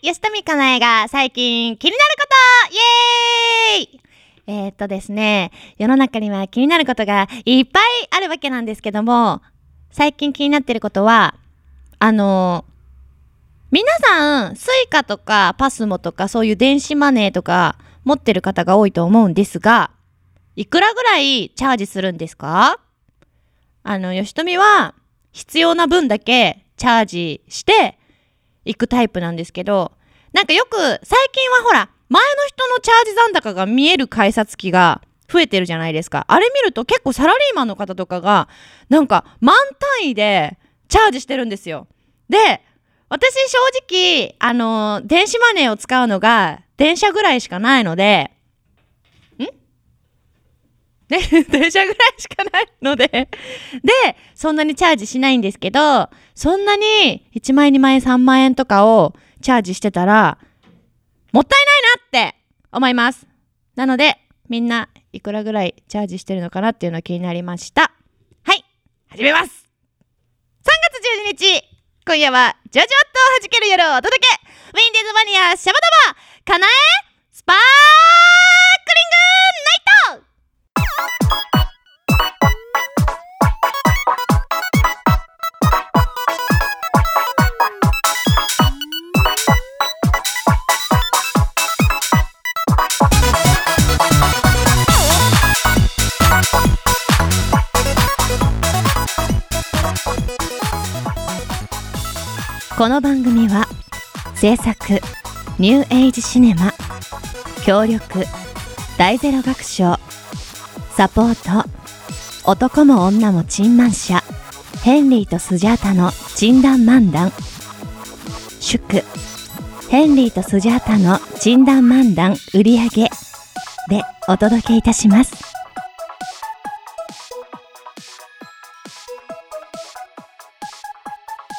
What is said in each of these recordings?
い、吉富かなえが最近気になることイエーイえー、っとですね、世の中には気になることがいっぱいあるわけなんですけども、最近気になってることは、あの皆さん、スイカとかパスモとかそういう電子マネーとか持ってる方が多いと思うんですが、いくらぐらいチャージするんですかあの、吉富は必要な分だけチャージしていくタイプなんですけど、なんかよく最近はほら、前の人のチャージ残高が見える改札機が増えてるじゃないですか。あれ見ると結構サラリーマンの方とかが、なんか満単位でチャージしてるんですよ。で、私正直、あの、電子マネーを使うのが電車ぐらいしかないので、ね、 電車ぐらいしかないのでで、そんなにチャージしないんですけど、そんなに1万円、2万円、3万円とかをチャージしてたら、もったいないなって思います。なので、みんないくらぐらいチャージしてるのかなっていうの気になりました。はい、始めます3月12日、今夜は、じわじわっと弾ける夜をお届けウィンディーズマニア、シャバダバかなえスパークリングナイトこの番組は制作ニューエイジシネマ協力大ゼロ学賞サポート男も女もチンマン社ヘンリーとスジャータのチンダン漫談祝ヘンリーとスジャータのチンダン漫談売り上げでお届けいたします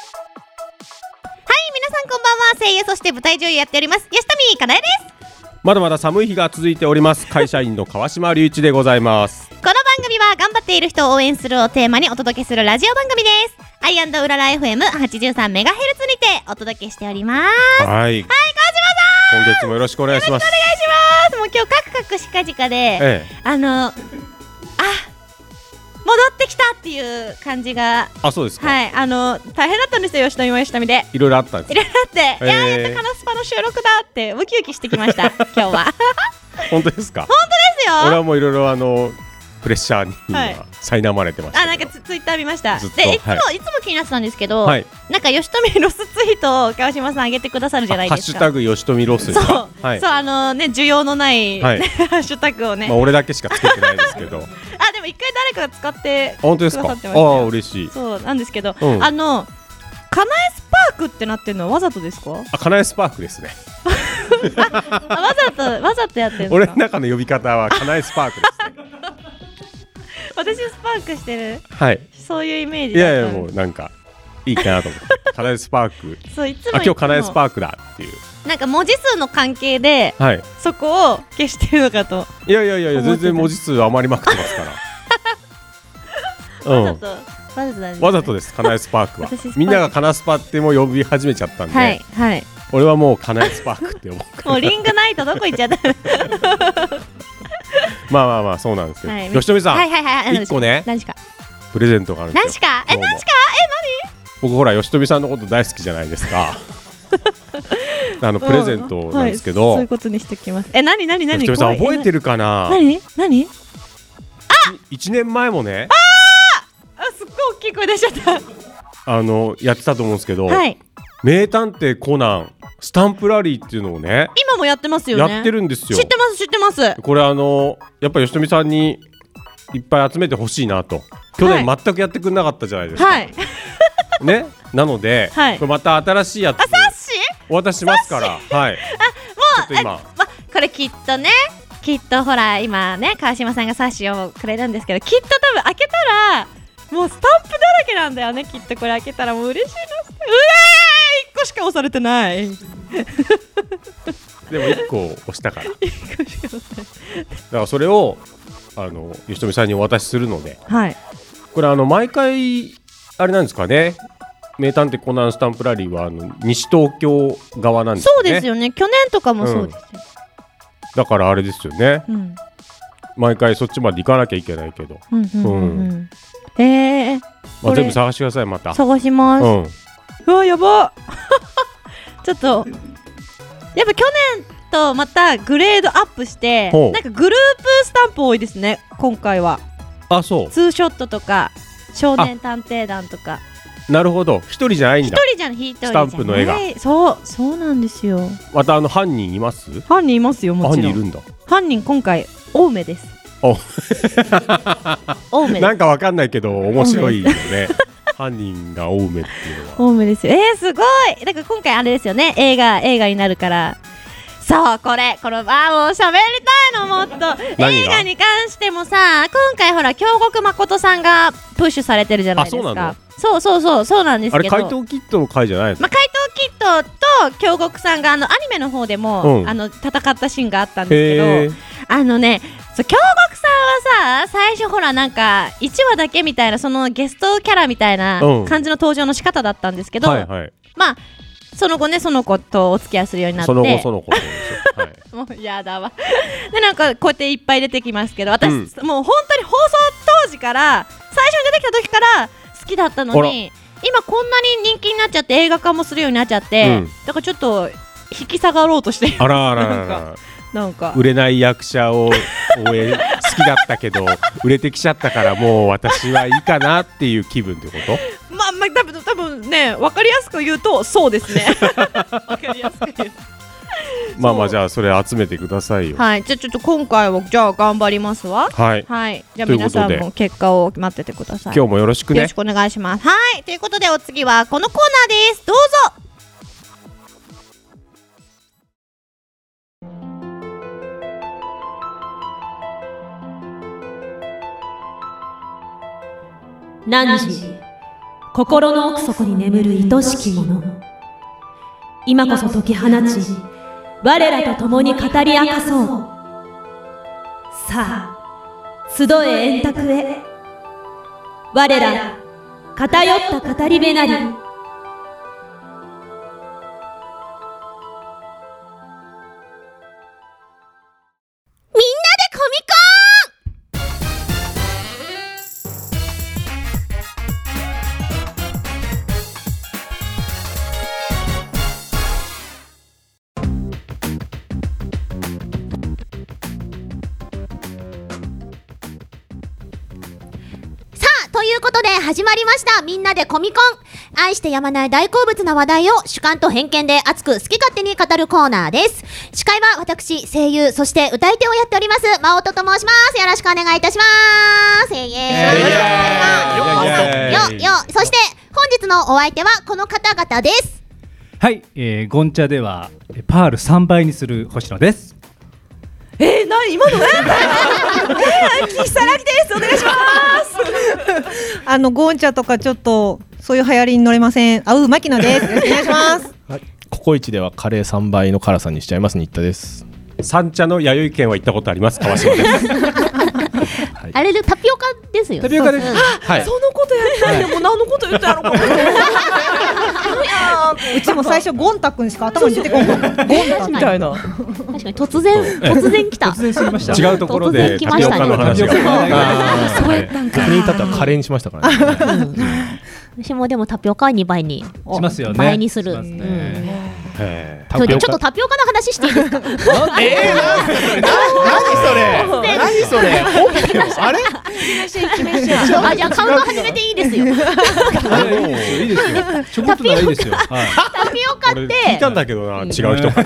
はい皆さんこんばんは声優そして舞台女優やっております吉富かなえですまだまだ寒い日が続いております会社員の川島隆一でございますこの番組は頑張っている人を応援するをテーマにお届けするラジオ番組です。アイうらら FM83 メガヘルツにてお届けしております。はい川島さん今月もよろしくお願いしますお願いします。もう今日カクカクしかじかで、ええ、あの、あ、戻ってきたっていう感じが、あそうですか、はい、あの、大変だったんですよ、吉富も吉富で。いろいろあったんでいろいろあって、いやーええやっとカナスパの収録だってウキウキしてきま した、今日は。す本当ですかですよ俺はもういろいろあのプレッシャーにはい今苛まれてましたあ、なんけかどツツイッター見ました。ずっとで、いつも、、はいつも気になってたんですけど、はいなんか吉富ロスツイートを川島さん上げてくださるじゃあないハでッすシュか。タグ吉富ロスですそかう、はいそうあのね需要のない、はい ハッシュタグをね、まあ俺だけしかつけてないですけ どあでも一回誰かが使って本当ですかくだあさってましたよあ嬉しいそうなんですけど、うんあのカナエスパークってなってるのはわざとですか？あカナエスパークですねあわざと わざとやってるんで俺すのか？中の呼び方はカナエスパークで すね私スパークしてるはいそういうイメージいやいだやったんもでうなんかいいかなと思ってカナエスパークす。 そういつもあ今日カナエスーパークだっていうクなんか文字数の関係ではいそこを消してるのかと、いやいやいやいや思全ってた然文字数余りまくってますから。う わざんとわざとなんですねわざとです、カナエスパークは私スパー。クみんながカナスパってもう呼び始めちゃったんで、はいはい。俺はもうカナエスパークって思うからもうリングナイトどこ行っちゃっ た？まあまあまあ、そうなんですけど、はい吉富さん、はいはいはい。一個ね何ですか？プレゼントがあるんで何すしよ。かえどうも何しか僕、ほら、吉富さんのこと大好きじゃないです か。あのプレゼントなんですけうんはいど、そういうことにしてきますえ何何何吉富さん、怖覚いえてるるかな何何1年前もね、あすっごい大きい声出しちゃったあのやってたと思うんですけど、はい名探偵コナン、スタンプラリーっていうのをね、今もやってますよねやってるんですよ知っ。てます知ってますこれあのやっぱ吉富さんにいっぱい集めてほしいなと去年全くやってくれなかったじゃないですか、はいねなので、はいこれまた新しいやつあサッシお渡ししますからはいちょっとー今まこれきっとねきっとほら今ね川島さんがサッシをくれるんですけどきっと多分開けたらもうスタンプだらけなんだよねきっとこれ開けたらもう嬉しいなうわー1個しか押されてないでも1個押した からだか1個しか押されてらそれをあの吉富さんにお渡しするのでないはいこれあの毎回あれなんですかね名探偵コナンスタンプラリーはあの西東京側なんですそようねですよね去年とかもそうですよ、だからあれですよねうん毎回そっちまで行かなきゃいけないけど、うんうんうんうんえー、まこあ、れ全部探してくださいまた探します、うんうわやば ちょっとやっぱ去年とまたグレードアップしてほうなんかグループスタンプ多いですね今回はあそツーショットとか少年探偵団とかうなるほど一人じゃないん一だ人じゃん引いておいてじゃんスタンプの絵がねそうそうなんですよまたあの犯人います犯人いますよも犯ち人ろいるんんだ犯人今回青梅ですお青 梅なんかわかんないけど面白いよね犯人が青梅っていうのはホームですよ。えー、すごいだから今回あれですよね。映画、映画になるから。そう、これ、この、あーもう喋りたいの、もっと。が映画に関してもさ、今回ほら、京極誠さんがプッシュされてるじゃないですか。あそうなのそうそうそう、そうなんですあけれど。怪盗キットの回じゃないのまあ、怪盗キッドと京極さんがあのアニメの方でも、うんあの戦ったシーンがあったんへでえすけどあのねそう京極さんはさ最初ほらなんか1話だけみたいなそのゲストキャラみたいなうん感じの登場の仕方だったんですけど、はいはいまあその後ねその子とお付き合いするようになってその後その後そうですよはいもうやだわ でなんかこうやっていっぱい出てきますけど私、うんもう本当に放送当時から最初に出てきた時から好きだったのあらに今こんなに人気になっちゃって映画化もするようになっちゃって、うんだからちょっと引き下がろうとしてるあらあらあらあならなんか売れない役者を応援好きだったけど売れてきちゃったからもう私はいいかなっていう気分ってことまあまあ多分多分ね分かりやすく言うとそうで すね分かりやすく言うとまあまあじゃあそれ集めてくださいよはい、はいじゃあちょっと今回はじゃあ頑張りますわはいじゃあということで皆さんも結果を待っててください今日もよろしくよろねしくお願いします。はい、ということでお次はこのコーナーです。どうぞ。汝心の奥底に眠る愛しきもの今こそ解き放ち我らと共に語り明かそうさあ集え円卓へ我ら偏った語り部なりでコミさあ、ということで始まりました。みんなでコミコン。愛してやまない大好物な話題を主観と偏見で熱く好き勝手に語るコーナーです。司会は私、声優、そして歌い手をやっております、真音と申します。よろしくお願いいたします。イエーイ。よろしくお願いしますイエーイよ、よ、そして本日のお相手はこの方々です。はい、えー、ゴンチャではえーパール3倍にする星野です。えな何今の さらきですお願いしますあのゴンチャとかちょっとそういう流行りに乗れませんあうマキナですよろしくお願い しますはい、ココイチではカレー3倍の辛さにしちゃいます新田です三茶の弥生県は行ったことあります川島です あれでタピオカですよ。タピオカですはいそのことやったんでもう何のこと言ったやろこれうちも最初ゴンタくんしか頭に出てこないゴンタ確かに、な確かに突然、突然来た。突然すみました。違うところで突然来タまピしオたねカの話がタピオカのあーはい国に至ってはカレーにしましたからね私もでもタピオカは2倍に。しますよね。倍にするしまねへタちょっピオとカタピオカの話していいですかえー、な何それ何それ本編 あれあ、じゃあカウント始めていいですよ。あいいですよ、いいですよ。ちょこっとならいいですよ。はい。タピオカっ俺て、聞いたんだけどな違う人がはいいやは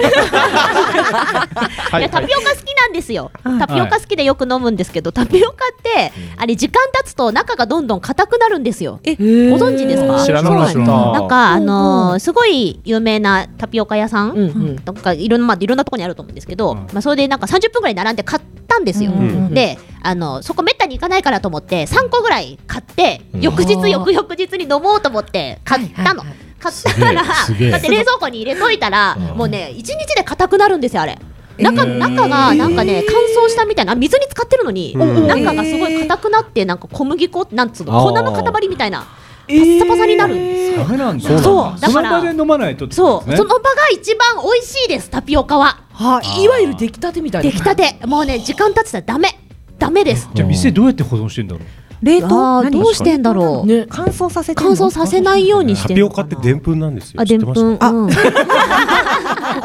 タいピオカ好きなんですよ。タピオカ好きでよく飲むんですけど、タピオカって、あれ時間経つと中がどんどん硬くなるんですよ。え ご存知ですか知らなかったなんか、あのーすごい有名なタピオカ屋さん、とかいろんな、まあ、いろんなところにあると思うんですけど、うんまあ、それでなんか30分ぐらい並んで買ったんですよ、んであのそこめったに行かないからと思って3個ぐらい買って、うん翌日翌々日に飲もうと思って買ったの、買ったらすげえすげえだって冷蔵庫に入れといたら、うんもうね1日で硬くなるんですよあれ。中えー中がなんかね乾燥したみたいな水に浸かってるのにうん中がすごい硬くなってなんか小麦粉なんつうの粉の塊みたいなパッサパサになるんですダメなんだ。そうなんだそのだから場で飲まないとってこそとう、ですそね。の場が一番美味しいですタピオカははい、いわゆる出来たてみたいな。出来たてもうね時間経つたらダメダメですじゃあ店どうやって保存してんだろう。冷凍あー何どうしてんだろうね。乾燥させてん乾の燥させないようにしタてピるのオかカなってでんぷんなんですよ。あでんぷん知ってまうんした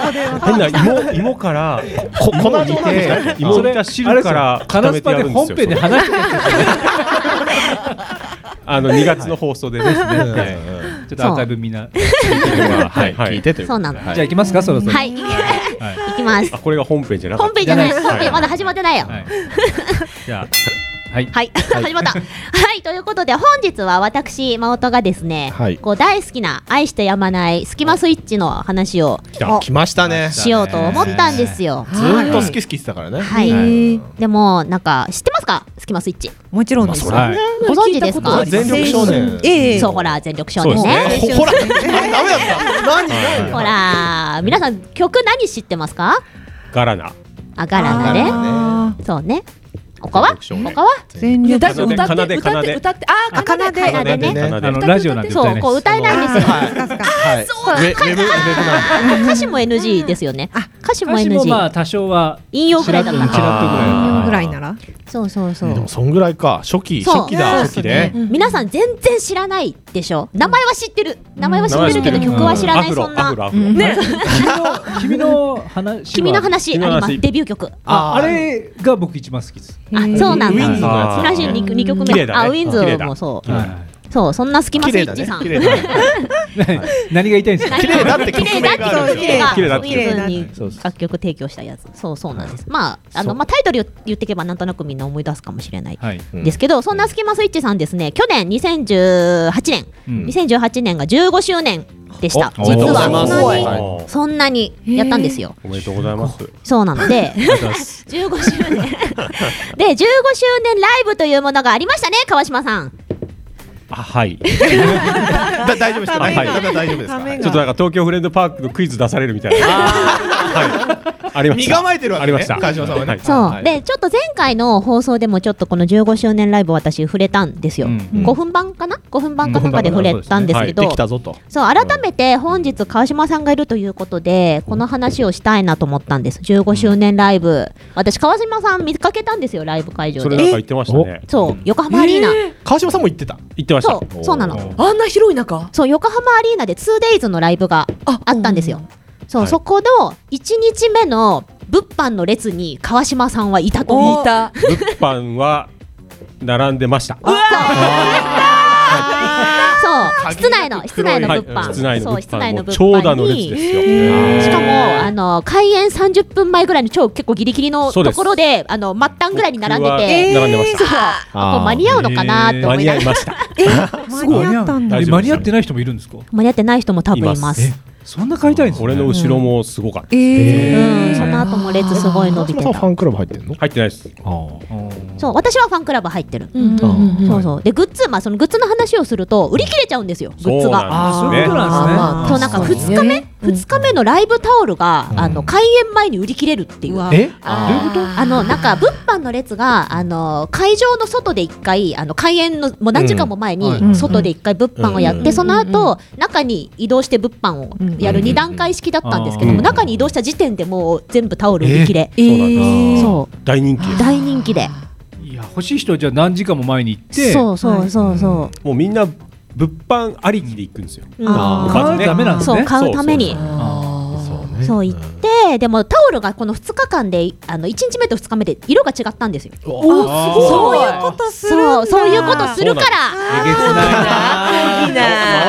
変な芋芋からこ粉状にて芋煮た汁からカ固ナめスてパやでるんで本すよ。編で話してた あの2月の放送でですね。はいちょっとアーカイブみんな。じはい、聞いてということでそうなのはいゃあ行きますかそろそろ。はい いきますあこれが本編じゃなかっ本た。編じゃないじゃない本編まだ始まってないよはい。じゃあはい。はい、 始まった。はい、ということで、本日は私、真音がですね、はいこう大好きな愛してやまないスキマスイッチの話を来ましたね。しようと思ったんですよ。ずーっと好き好きしてたからね。はい、でも、なんか知ってますか、スキマスイッチ。もちろんですよ、はい。ご存知ですあか。全力少年。ええそう、ほら、全力少年そうですね。ね ほら、ダメだった。何何。ほら、皆さん、曲何知ってますか。ガラナ。あ、ガラあナーね。あそうね。他は。全力少年他は。全いや力だって歌って歌奏でって奏で歌ってあー奏で奏でね。ね奏あでのラジオなんて歌そえなう、いこう歌えないんですよ。はい。ウェウェブウェ歌詞も NG ですよね。歌詞も歌詞もま NG。あ多少は引用くらいだっちらたっとぐらいあーぐらいならそうそうそブなう。ん。でもそんぐらいか。初期そう初期だ初期ね。皆さん全然知らないでしょ名前は知ってる名前は知ってるけど名前曲は知らないそんアなフロアフロアフロ。君の話は君の話ありますデビュー曲あああれが僕一番好きです。そうなんウィンズだのやあつーラジオに2曲綺目麗だねあウィンズ綺麗だもそはうそうそんなスキマ綺スイ麗だッチねさ。ん綺麗だね。 い。何が言いたいんですか。綺麗だって曲名だがあるっていう綺麗だがっウてィンズにそうそう楽曲提供したやつそうそうなんですまああのまあタイトル言ってけばなんとなくみんな思い出すかもしれないはい。うんですけど、そんなスキマスイッチさんですね、去年2018年、うん2018年が15周年でした。お実おめでとうございますははいそんなにやったんですよ。おめでとうございます。そうなので、15周年で15周年ライブというものがありましたね、川島さん。あはい。 ち だ大 丈夫ですか。はいだ大丈夫ですたか。めょっとなんか東京フレンドパークのクイズ出されるみたいな。はい。ありま身した。構えてるわあけりね。ました。川島さんはね。そう、はいでちょっと前回の放送でもちょっとこの15周年ライブ私触れたんですよ、うん5分版かな5分版かなんかで触れたんですけど、できたぞと。そう改めて本日川島さんがいるということでこの話をしたいなと思ったんです15周年ライブ、私川島さん見かけたんですよライブ会場それでなんか言ってましたね。そう横浜アリーナ、川島さんも言ってた。言ってましたそ。うそうなのあんな広い中。そう横浜アリーナで 2days のライブがああったんですよ、そう、はいそこの1日目の物販の列に川島さんはいたとお思ーういた。物販は並んでました。そう室内の室内のはい物販、室内のそ物う室内販のも物長蛇販の列にですしよ。かもあの開演30分前ぐらいの超結構ギリギリのそうとですころであの末端ぐらいに並んでて、僕は並んでました。あこう間に合うのかなって間思いにな合がいらました。間に合ったんだ大え丈夫間に合ってない人もいるんですか。間に合ってない人も多分います。えそんな買いたいんですね。俺の後ろもすごかった。ええうん、その後も列すごい伸びて川島さんファ。ンたクラブ入ってんの？入ってないです。そう、私はファンクラブ入ってる。うんそうそう。で、グッズ、まあそのグッズの話をすると、売り切れちゃうんですよ、グッズが。そそうういうことなんあですね。ーまあそうなんか二日目、二日目のライブタオルが、あの開演前に売り切れるっていう。え？あーあのなんか物販の列があの会場の外で一回あの開演のもう何時間も前うんはいに外で一回物販をやって、うんその後中に移動して物販をやるうん二段階式だったんですけどうんも、うん中に移動した時点でもう全部タオル売り切れ、そうなんです。そう大人気です。大人気でいや欲しい人はじゃあ何時間も前に行って。そうそうそうそもうみんな物販ありきで行くんですよ。う、うんあー買わないとダメなんですそうね。買うためにそうそうねそう行ってでもタオルがこの2日間であの1日目と2日目で色が違ったんですよ。そういうこことするんだそうそういうことするからえげつないな。いいな。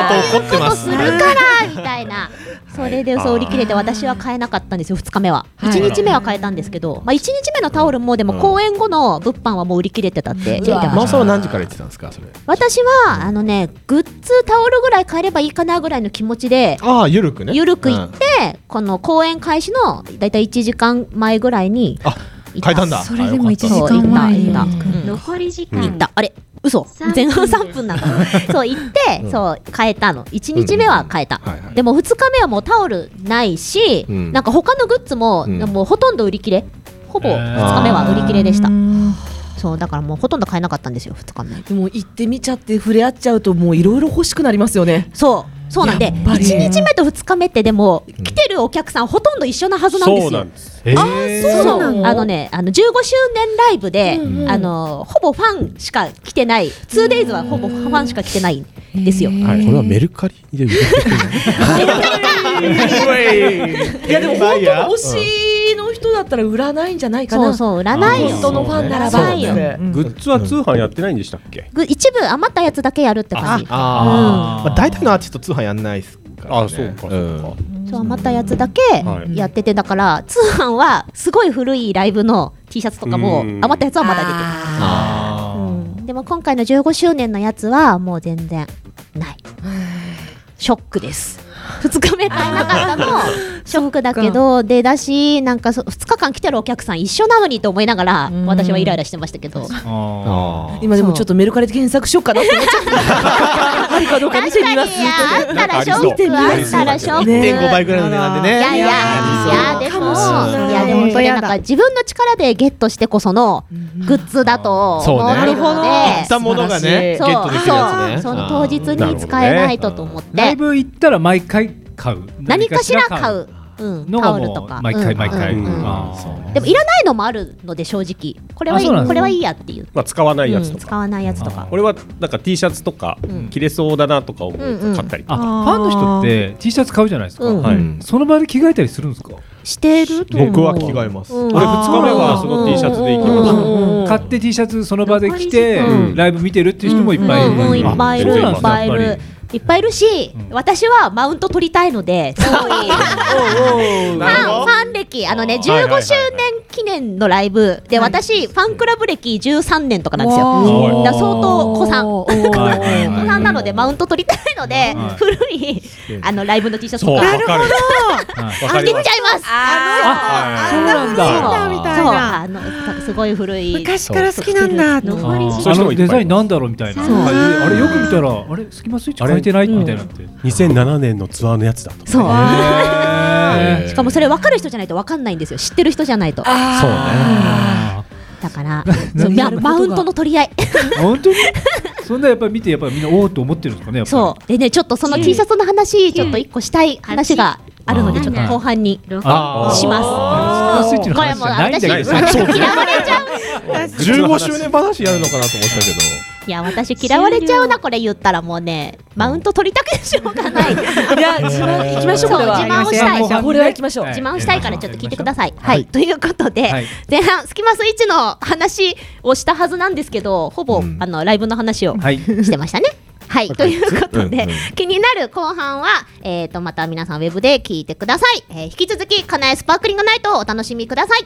また怒ってますするからみたいな。それでそう売り切れて私は買えなかったんですよ2日目は1日目は買えたんですけど、まあ、1日目のタオルもでも公演後の物販はもう売り切れてたって聞いてまマオしたさんは何時から言ってたんですかそれ？私はあのねグッズタオルぐらい買えればいいかなぐらいの気持ちでああゆるくね。ゆるく行って、この公演開始のだいたい1時間前ぐらいにあいた変えたんだ。それでもあよかっ一た時間前にいたいたうん残り時行った、あれ嘘前半3分な んだそう行って、そう変えたの1日目は変えた、うんはいはいでも2日目はもうタオルないし、うんなんか他のグッズも、うんもうほとんど売り切れほぼ2日目は売り切れでした、そうだからもうほとんど買えなかったんですよ2日目でも行ってみちゃって触れ合っちゃうともういろいろ欲しくなりますよね。そうそうなんでやっ1ぱり日目と2日目ってでも来てるお客さんほとんど一緒なはずなんでそすうよなんです。えーそうなのあのね、あの15周年ライブで、あのほぼファンしか来てない、2days はほぼファンしか来てないんですよ。はい、これはメルカリで売るいやでも本当推しの人だったら売らないんじゃないかそうな。うそう、占い本当よ。のファンならそうばねって。そうグッズは通販やってないんでしたっけ？ぐ一部余ったやつだけやるって感じ。あー、まあ、大体のアーティスト通販やんないですから、ね、あそうかそうかんそう余ったやつだけはいやってて、だから通販はすごい古いライブの T シャツとかもうん余ったやつはまだ出てあるーうん。でも今回の15周年のやつはもう全然ない。ショックです。2日目買 えなかったのもショックだけどでだしなんかそ2日間来てるお客さん一緒なのにと思いながらうん私はイライラしてましたけどああー今でもちょっとメルカリで検索しようかなって 思っちゃった。あるかどうか見てみます。確かにあったらショなんかありそうックあったらショック、ね1.5倍ぐらいの値段でいねやいやいやでもいやでもそれなんか自分の力でゲットしてこそのグッズだとそうね思ってるので買ったものがねゲそうットできるやつねそうその当日あに使えないとと思っーライてブ行ったら毎回買う何かしら買ううんのがタオルともかう毎回毎回、うんうんうんあーでもいらないのもあるので正直これはいいあそうなんですねこれはいいやっていうまあ使わないやつうんとか。使わないやつとか俺はなんか T シャツとかうん着れそうだなとか思って買ったりとあか。ファンの人って T シャツ買うじゃないですか、うんはいうんその場で着替えたりするんですかしてると思う僕は着着替えます、うん俺二日目はその T シャツで行きましうた。んうんうん買って T シャツその場で着て、うんライブ見てるっていう人もいっぱいいる、うんうん、いっぱいいる、あいっぱいいそうなんるですね。いっぱいいるし、うん私はマウント取りたいので、すごいファン、ファン歴、あのね、15はいはいはいはい周年記念のライブで、私、ファンクラブ歴13年とかなんですわーよ。だから相当子さん。お子 ーはいはいはいさんなので、マウント取りたいのでは、い古い、あの、ライブの T シャツそうとわか、かはいる。わ着かてりきまちす。ゃいます。ああんな風にそういないんんだだみたいそう、なあの、なんかすごい古い。昔から好きなんだってあそーうそういうあ人ものいっぱいいるデザインなんだろうみたいなそう感じであれよく見たらあれスキマスイッチ変えてないみたいになって、 2007年のツアーのやつだと。そう。へーしかもそれ分かる人じゃないと分かんないんですよ。知ってる人じゃないと。そうね だから、そうママウントの取り合い。本当にそんなやっぱり見てやっぱりみんなおおと思ってるんですかねやっぱりそう。でね、ちょっとその T シャツの話、ちょっと一個したい話があるので、うんちょっと後半にしあーまあースイッチす。のこれ話もじうゃないんだ私、けど嫌 われちゃう。 15周年話やるのかなと思ったけどいや、私嫌われちゃうな、これ言ったらもうね、マウント取りたくてしょうがない。い や自慢行きましょうこそうれは。自慢をしたい後半これは行きましょうはい自慢したいからちょっと聞いてください。ははいい。ということはでい、前半、スキマスイッチの話をしたはずなんですけど、ほぼ、うんあの、ライブの話をはいしてましたね。はい、ということで、うんう気になる後半は、えー、とまた皆さんウェブで聞いてください、えー引き続き「かなえスパークリングナイト」をお楽しみください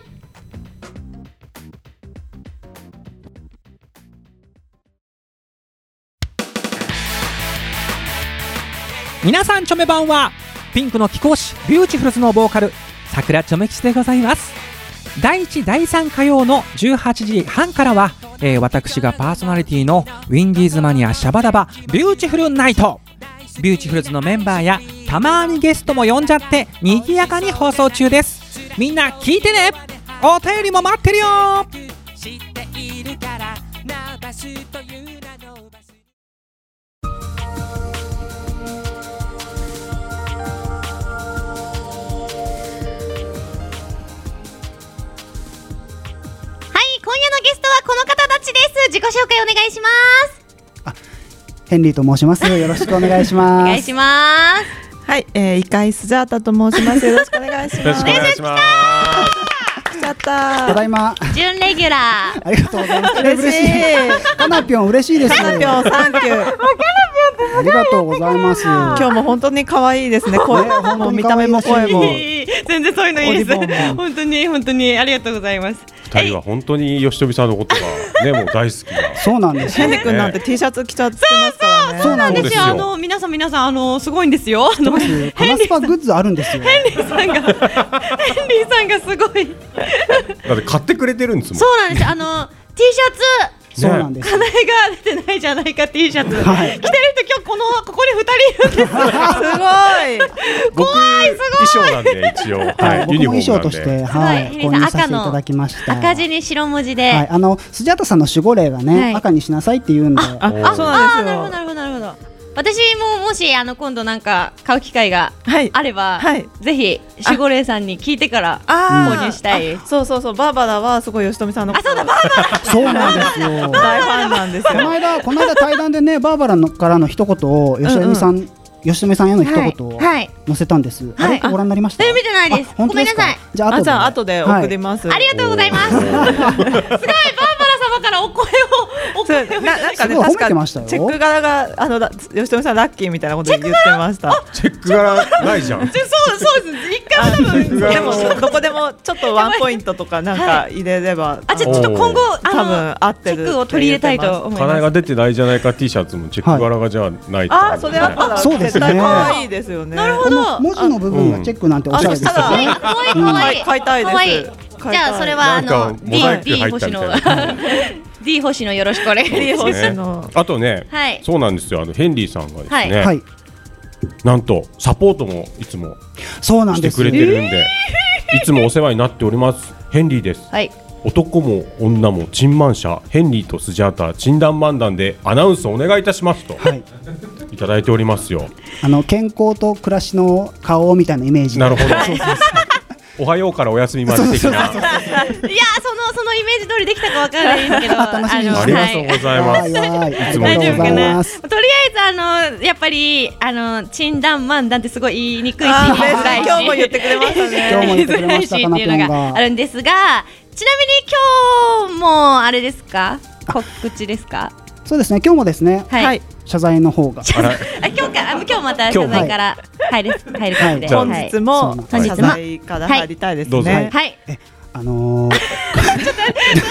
皆さんチョメ版はピンクの貴公子ビューティフルズのボーカル桜チョメ吉でございます第1第3火曜の18時半からは、えー私がパーソナリティのウィンディーズマニアシャバダバビューティフルナイトビューティフルズのメンバーやたまーにゲストも呼んじゃってにぎやかに放送中ですみんな聞いてねお便りも待ってるよはい、今夜のゲストはこの方たちです。自己紹介お願いします。ヘンリーと申します。よろしくお願いしおま願いす。します。はい、えー、イカイスジャータと申します。よろしくお願いしよろましす。くお願いします。来ちゃったた。だいま、準レギュラー。ありがとうございます。嬉しい。カナピョン嬉しいです。サンピョン、サンキュー。ありがとうございます。今日も本当に可愛いですね。声ね本当に可愛いもう見た目も声も。全然 そういうのいいです本当に本当にありがとうございます。二人は本当に吉富さんのことがねもう大好きな。そうなん ですヘよン。リー君なんて T シャツ着ちゃってますからね。そうなんそうで。ですすよ。皆さん皆さんあのすごいんですよ。あのカナスパグッズあるんですよ。さんがヘンリーさんがすごい。だって買ってくれてるんですもん。そうなんです。あの T シャツそうなんですかなえが出てないじゃないか T シャツ、はい着てる人今日このここに二人いるんです すごい怖いすごい衣装なんで一応、は、はいい、僕ユニフもォーム衣装なんとでして、はいはい、購入させていただきました。赤字に白文字で、はい、あの、スジャータさんの守護霊がね、はい赤にしなさいって言うんで。ああーなるほどなるほどなるほど私ももしあの今度なんか買う機会があれば、ぜひ守護霊さんに聞いてから購入したい。そうそうそう、バーバラはすごい吉富さんの。あ、そうだ、バーそうなんですよ。バラ。大ファンなんですよ。この間、この間対談でね、バーバラのからの一言を、吉富さん、吉富さんへの一言をはい載せたないです。あれ、ご覧になりました。え見てないです。ご本当めんでなすかさい。じゃあ後であじゃあ後で送りますありがとうございます。すごいバーバラ様からお声をお声をいただきまなしなんかすごい褒ね、め確てかましたよチェック柄が、あの、だ吉富さんラッキーみたいなこと言ってました。チェック柄ないじゃんちょそう そうです。一回も多分でも、どこでも、ちょっとワンポイントとか、なんか入れれば。あ、じゃあちょっと今後多分合ってるって言ってます。チェックを取り入れたいと思いかなえが出てないじゃないか T シャツもチェック柄がじゃあないと、あ、それあったら、そうです絶ね対可愛いですよね。なるほど。文字の部分がチェックなんておしゃれですよね。可愛い買いたいです可愛い買いたいじゃあそれはあなのんかモザイ D ク D 入った星みのたい D 星のよろしくお願いしそうまですす。ねあとね、はいそうなんですよあのヘンリーさんがですね、はいはいなんとサポートもいつもそうなんしでてすくよれてるんで、いつもお世話になっておりますヘンリーですはい。男も女もチンマン社ヘンリーとスジャータチンダンマンダンでアナウンスお願いいたしますと、い、ただいておりますよあの健康と暮らしの顔みたいなイメージ。なるほどそうそうおはようからお休みまで的なそう いやーそのそのイメージ通りできたかわからないですけ ど、楽しみにのしてありがとうございますはいはいありが大と丈う夫ござかいな。まとす。りあえずあのやっぱりあのチンダンマンダンってすごい言いにくいし、あー言いづらいし今日も言ってくれましたね今日も言ってくれました言いづらいしっていかなぴょんうのががあるんですが、ちなみに今日もあれですか？告知ですか？そうですね。今日もですね。はい。謝罪の方が。あ今日からあ今日また謝罪から入る入る感じで、はいはい本日もそうなんです謝本日も罪から入りたいですねはい。ははいあのー、もうさ、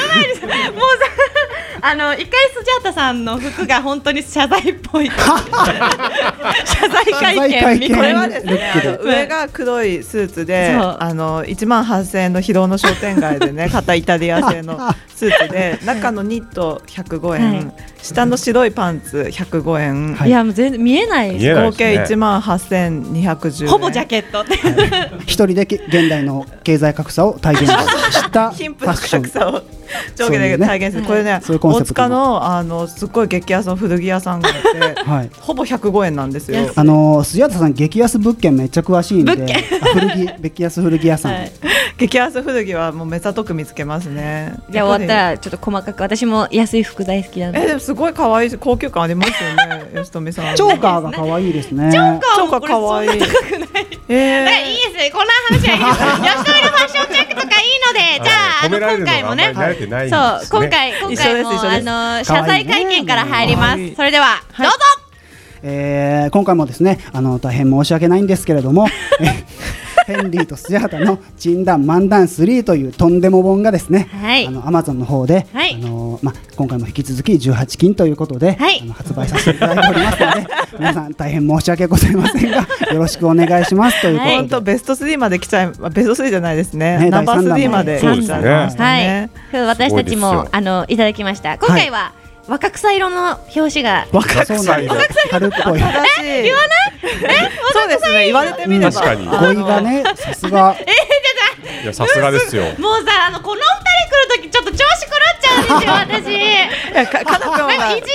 あの一回スジャータさんの服が本当に謝罪っ ぽい。謝罪会見みこたれいはな。ですね、あの上が黒いスーツで、そうあの一万八千円の広尾の商店街で ね、片イタリア製のスーツで、中のニット百五円、下の白いパンツ百五円、いやもう全然見えないです合計一万八千二百十円。ほぼジャケットって。一人でけ現代の経済格差を体現した フ貧ァ富のッション格。差をそ上下ういでうね体現する、これね、そういうコン大セプ塚トのあのすっごい激安の古着屋さんがあって、はい。ほぼ105円なんですよ。 あのー、スジャータさん激安物件めっちゃ詳しいんで、あ古着激安古着屋さん。激安古着はもう目ざとく見つけますね。じゃあ終わったらちょっと細かく私も安い服大好きなんえでで。もすごい可愛いし高級感ありますよ ね吉富さん。チョーカーが可愛いですね。チョーカーも可愛い。だからいいですね。こんな話はいいです。吉野のファッションチェックとかいいので、じゃあ褒められるのがあんまり慣れてないんですね、そう今回今回も一緒です一緒ですあの謝罪会見から入ります。それではどうぞ。えー今回もですねあの大変申し訳ないんですけれどもえーヘンリーとスジャータの「チンダン漫談3」というとんでも本がですね、はいあの Amazon の方で、はいあのま、今回も引き続き18金ということで、あの発売させていただいておりますので皆さん大変申し訳ございませんがよろしくお願いしますということで、本当ベスト3まで来ちゃいベスト3じゃないですね。ねナンバー第三3弾までそうで来すちねゃいましたはい、ね。私たちすごいでもすよあのいただきました。今回は、若草色の表紙が若草色春っぽいえ言わない？えそうですね言われてみれば確かに語彙がねさす がいやさすがですよもうさあのこの二人来るときちょっと調子狂っちゃうんですよ私。かかななんぴょんはかいじられて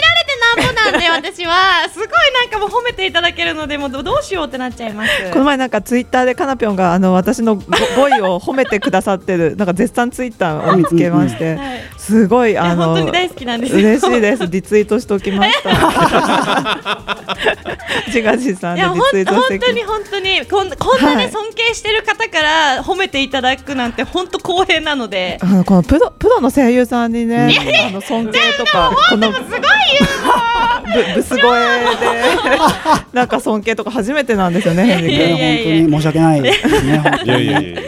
なんぼなんで私はすごいなんかもう褒めていただけるのでもうどどうしようってなっちゃいます。この前なんかツイッターでかなぴょんがあの 私のご語彙を褒めてくださってるなんか絶賛ツイッターを見つけまして、すごいあの本当に大好きなんですよ嬉しいですリツイートしておきま した。ジガジさんでいやリほんツイートして本き当に本当にこんこんなね尊敬してる方から褒めていただくなんて本当光栄なのであ。のこのプロプロの声優さんにねいやいやあの尊敬とかこのブすごいよ。ブス声で なんか尊敬とか初めてなんですよねヘンリー君いやいやいや本当に申し訳ないですね本当にいやいやいはい、でも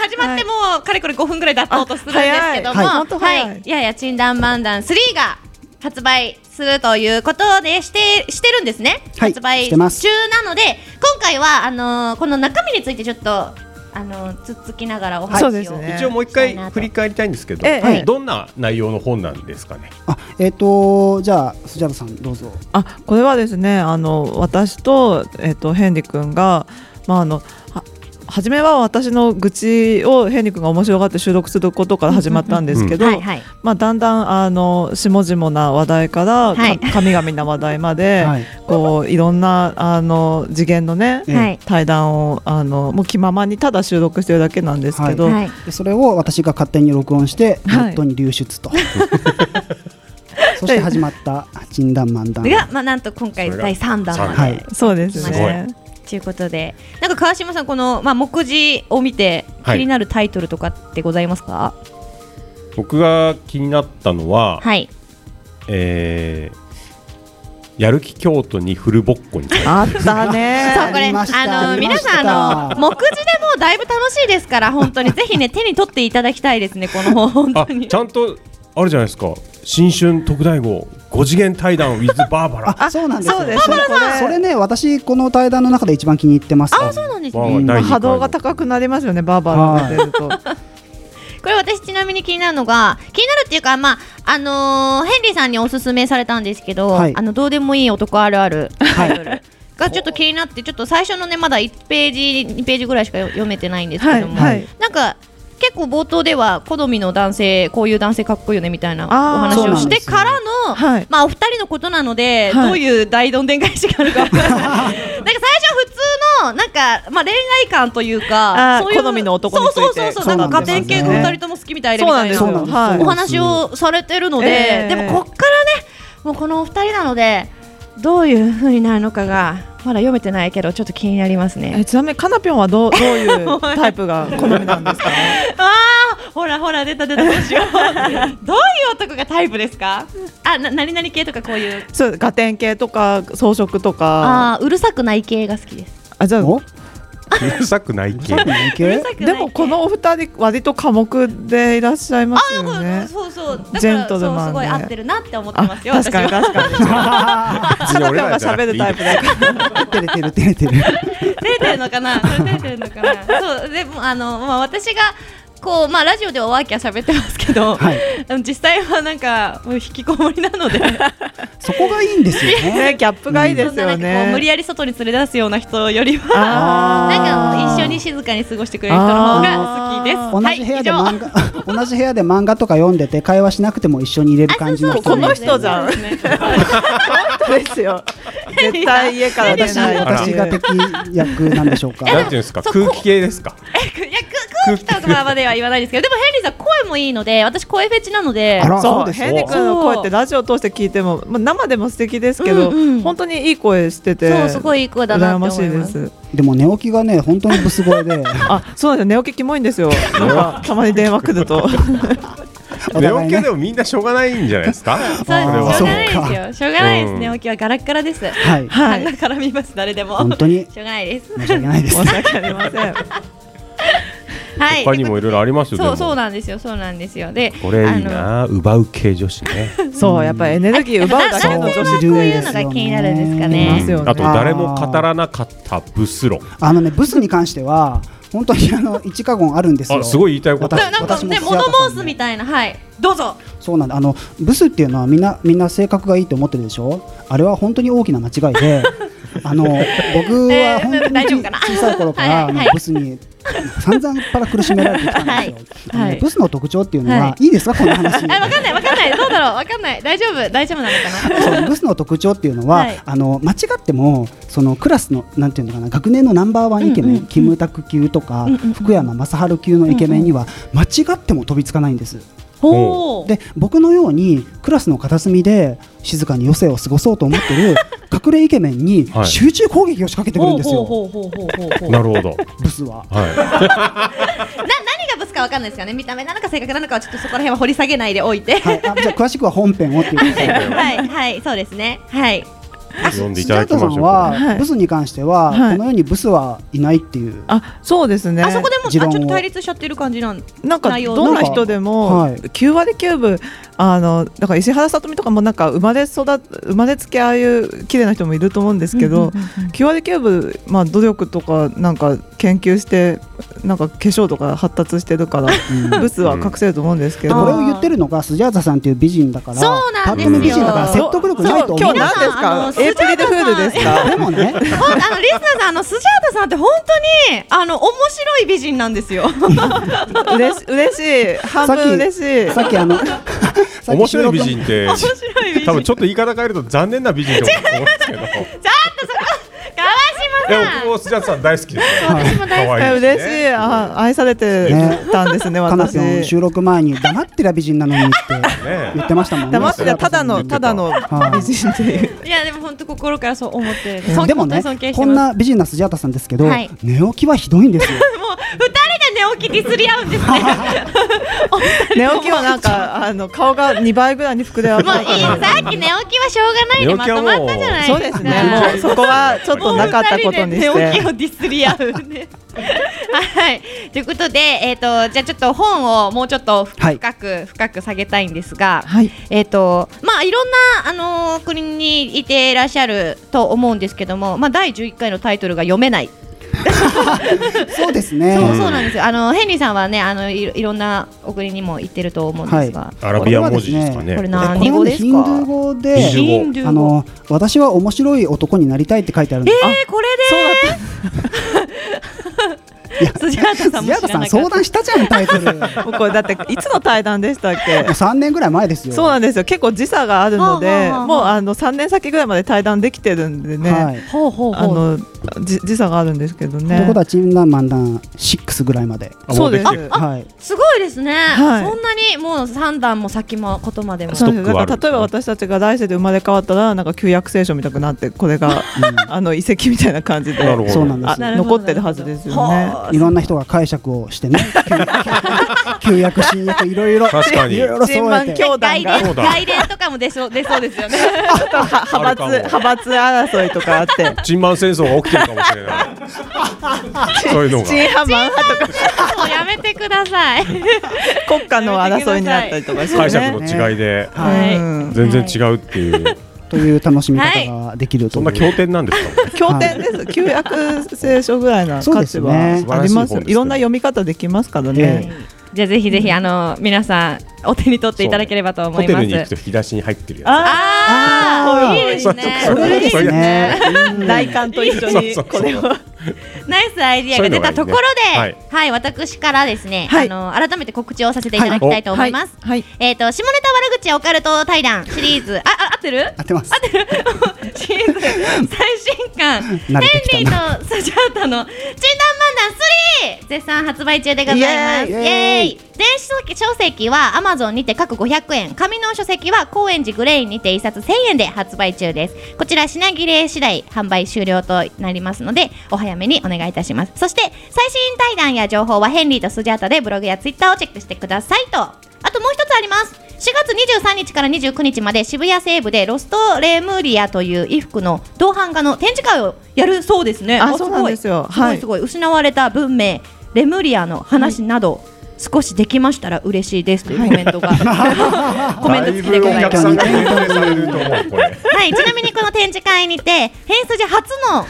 始まってもう、かれこれ5分ぐらいだったとするんですけども、あ早いはいは本当早いい、い、やいや、チンダンマンダン3が発売するということでして、してるんですね。はい発売し中てますなので、今回は、あのーこの中身についてちょっと、あのつっつきながらおはい話を、一応もう一回振り返りたいんですけど、ええはいどんな内容の本なんですかね。えっ、とじゃあスジャタさんどうぞ。あこれはですねあの私と,、えっとヘンリ君が、まあ、あのは初めは私の愚痴をヘンリ君が面白がって収録することから始まったんですけどうんうんうんはいはいまあだんだんあの下々な話題から、はいか神々な話題まで、、はいこういろんなあの次元のね、はい対談をあのもう気ままにただ収録してるだけなんですけど、はいでそれを私が勝手に録音してネットに流出と、そして始まった陳談漫談が、まあ、なんと今回第3弾まで、はいそうで来ましたということでなんか川島さんこの、まあ、目次を見て気はいになるタイトルとかってございますか僕が気になったのは、はい、えーやる気京都にフルボッコに。あったねそうこれあのありま皆したさんあの目次でもうだいぶ楽しいですから本当にぜひね手に取っていただきたいですねこの 本あ、ちゃんとあるじゃないですか。新春特大号五次元対談 with バーバラ。あそうなんですよそうですバーバラさんそれそれね私この対談の中で一番気に入ってますあそうなんですねまあ波動が高くなりますよねバーバラが出ると。これ私ちなみに気になるのが気になるっていうかまああのーヘンリーさんにおすすめされたんですけど、はいあのどうでもいい男あるあるタイトル がちょっと気になってちょっと最初のねまだ1ページ2ページぐらいしか読めてないんですけども、はいはいなんか結構冒頭では好みの男性こういう男性かっこいいよねみたいなおあー話そうをなんしでてすからの、まあお二人のことなので、はいどういう大どんでん返しがあるかわ からないなんか最初は普通のなんかまあ恋愛感というかあーそういう好みの男についてそうそうそうそうなんか家庭系が二人とも好きみたいでみたいなそうなんですよはいお話をされてるので、ええでもこっからねもうこのお二人なのでどういう風になるのかがまだ読めてないけどちょっと気になりますねえちなみにカナピョンはどうどういうタイプが好みなんですか。 ああほらほら出た出たどうしよう どういう男がタイプですかあな何々系とかこういう そうガテン系とか装飾とか。ああうるさくない系が好きですあじゃあうるさくない系。でもこのお二人割と寡黙でいらっしゃいますよね。そうそうだからジェントルマンでそうすごい合ってるなって思ってますよあ確かに私は確かにカナピョン が喋るタイプだから。照れてる照れてる 出てるのかなそれ出てるのかなそうでもあの、まあ、私がこうまあラジオではワーキャー喋ってますけど、でも実際はなんかもう引きこもりなのでそこがいいんですよねギャップがいいですよそんななんかこう無理ね。やり外に連れ出すような人よりはあーなんかもう一緒に静かに過ごしてくれる人の方が好きです同じ部屋で漫画、同じ部屋で漫画とか読んでて会話しなくても一緒に入れる感じの人この人じゃん。本当です よ。絶対家から出私ない。私が敵役なんでしょうか。なんていうんですか。空気系ですか。空気とかま では言わないですけどでもヘンリーさん声もいいので私声フェチなのでそうヘンリ君の声ってそうラジオ通して聞いても、まあ、生でも素敵ですけど、うんう本当にいい声しててそうすごいいい声だなって思います羨ましいですでも寝起きがね本当にブス声で、 あそうなんですよ寝起きキモいんですよなんかたまに電話来ると寝起きはでもみんなしょうがないんじゃないです か。それはしょうがないですよしょうがないですね、うんおきはガラッガラです はいあんな絡みます誰でも本当に しょうがないです申し訳ない です申し訳ありませんはい他にもいろいろありますよ。そうそうだ。なんですよそうなんですよでこれいいあのな。奪う系女子ね。そうやっぱりエネルギー奪うだけの女子そう強いでのすがよ気になるんですかねうんあと誰も語らなかったブス論。あのねブスに関しては本当にあの一過言あるんですよ。あすごい言いたいこと私なんか私もね幸せ物申すみたいなはいどうぞそうなんだあのブスっていうのはみんなみんな性格がいいと思ってるでしょ。あれは本当に大きな間違い で、あの僕は本当にち小さい頃かはいらはあいのブスに散々から苦しめられてきたんですよ。あのねはいブスの特徴っていうのはは、いいですかこの話。えわかんないわかんないどうだろうわかんない大丈夫大丈夫なのかなそうブスの特徴っていうのは、はいあの間違ってもそのクラスのなんていうのかな学年のナンバーワンイケメン、キムタク級とか、福山雅治級のイケメンには間違っても飛びつかないんです。ほうで僕のようにクラスの片隅で静かに余生を過ごそうと思ってる隠れイケメンにはい集中攻撃を仕掛けてくるんですよ。ほうほうほうほうほうほうなるほど。ブスは。はな何がブスかわかんないですかね見た目なのか性格なのかはちょっとそこら辺は掘り下げないでおいて はい、あじゃあ詳しくは本編をっていうことで。はいはいそうですねはいい。読んでいジたャだーきタましょうんさこれ。はブスに関しては、はいこのようにブスはいないっていう。あそうですね あそこでもうあ持ちょ論っをと対立しちゃってる感じなんなんか内容どんな人でもはい9割9分あのだから石原さとみとかもなんか生まれ育っ生まれつきああいう綺麗な人もいると思うんですけうんどうんうんうん9割9分、まあ、努力とかなんか研究してなんか化粧とか発達してるからブスは隠せると思うんですけでど、これを言ってるのがスジャータさんっていう美人だからそうなパんッですよと見美人だから説得力ないと思うそう今日何ですかエイプリルフールですかでもねほんあのリスナーさんあのスジャータさんって本当にあの面白い美人なんですよ。嬉し嬉しい半さっき分嬉しいさっき あの面白い美人って面白い美人多分ちょっと言い方変えると残念な美人と思うんですけどい川島さや僕もスジャータさん大好きですよ私も大好き可愛い嬉しいあ愛されてたんですねかなぴょん私収録前に黙ってりゃ美人なのにって言ってましたもんね黙ってりゃただのただの美人っていういやでも本当心からそう思ってうそんんでも本当にね尊敬してこます。んな美人なスジャータさんですけどはい寝起きはひどいんですよもう二人で寝起きディスり合うんですね。 寝起きはなんかあの顔が2倍ぐらいに膨 れ上がるいいさっき寝起きはしょうがないでまとまったじゃないですそか。うですねもうそこはちょっとなかったことにしもう二人で寝起きをてディスり合う ね。はい。ということで、えっ、とじゃあちょっと本をもうちょっと深く、深く下げたいんですが、えっ、とまあいろんなあのー国にいていらっしゃると思うんですけども、まあ第十一回のタイトルが読めない。そうですねそうそうなんですよ。あのヘンリーさんはねあのいろいろんなお国にも行ってると思うんですが、アラビア文字ですかねこれえ何語はですヒンドか？ゥー語ヒンドでゥー語あの私は面白い男になりたいって書いてあるんですえー、これ で辻原さんも知らなかったさん相談したじゃんタイトルも もうこれだっていつの対談でしたっけ う3年ぐらい前ですよそうなんですよ結構時差があるので、はあはあはあもうあの3年先ぐらいまで対談できてるんでね、はいほうほうあのじ時差があるんですけどというねことはチームダンマンダン6ぐらいまであもうできてるそうですはいすごいですね、はいそんなにもう三段も先もことまでもそうなんですよだから例えばば私たちが来世で生まれ変わったらなんか旧約聖書みたくなってこれが、あの遺跡みたいな感じでなるほどそうなんですよあ残ってるはずですよね。いろんな人が解釈をして ね旧約新約いろいろ確かにいろいろそうやって新聞教団がそうだ外伝とかも出そう出そうですよね派閥派閥争いとかあってチンマン戦争が起きてるかもしれないそういうの がチン派マン派とかも うやめてください 国家の争いになったりとかして、ね、解釈の違いではい全然違うっていうという楽しみ方ができるとそんな経典なんですか経典です旧約聖書ぐらいな価値はそうありますですね素晴らしい本ですねいろんな読み方できますからね、じゃあぜひぜひあの皆さんお手に取っていただければと思ホいテまルに行くすと引き出しに入ってるやああいいですねそうそうそういいですねうん大観と一緒にそうそうそうこれをナイスアイディアが出たところで、そういうのがいはいね、い私からですね、はいあの改めて告知をさせていただきたいと思います。はいえっ、と下ネタ悪口オカルト対談シリーズ、あ、あ、合ってる？合ってます。合ってる。シリーズ最新刊、ヘン慣れてきたリーとスジャータの診断漫談3絶賛発売中でございまイす。イエーエイーイ。電子書籍は Amazon にて各500円紙の書籍は高円寺グレインにて一冊1000円で発売中ですこちら品切れ次第販売終了となりますのでお早めにお願いいたしますそして最新対談や情報はヘンリーとスジャータでブログやツイッターをチェックしてくださいとあともう一つあります4月23日から29日まで渋谷西部でロストレムリアという衣服の同版画の展示会をやるそうですねあおそうなんですよすごい、はいすごいすごい失われた文明レムリアの話など、少しできましたら嬉しいですというコメン トが、コメント付きでございます。だいぶお客さんが認めされると思うこれはい、ちなみにこの展示会にて、変数字初の共同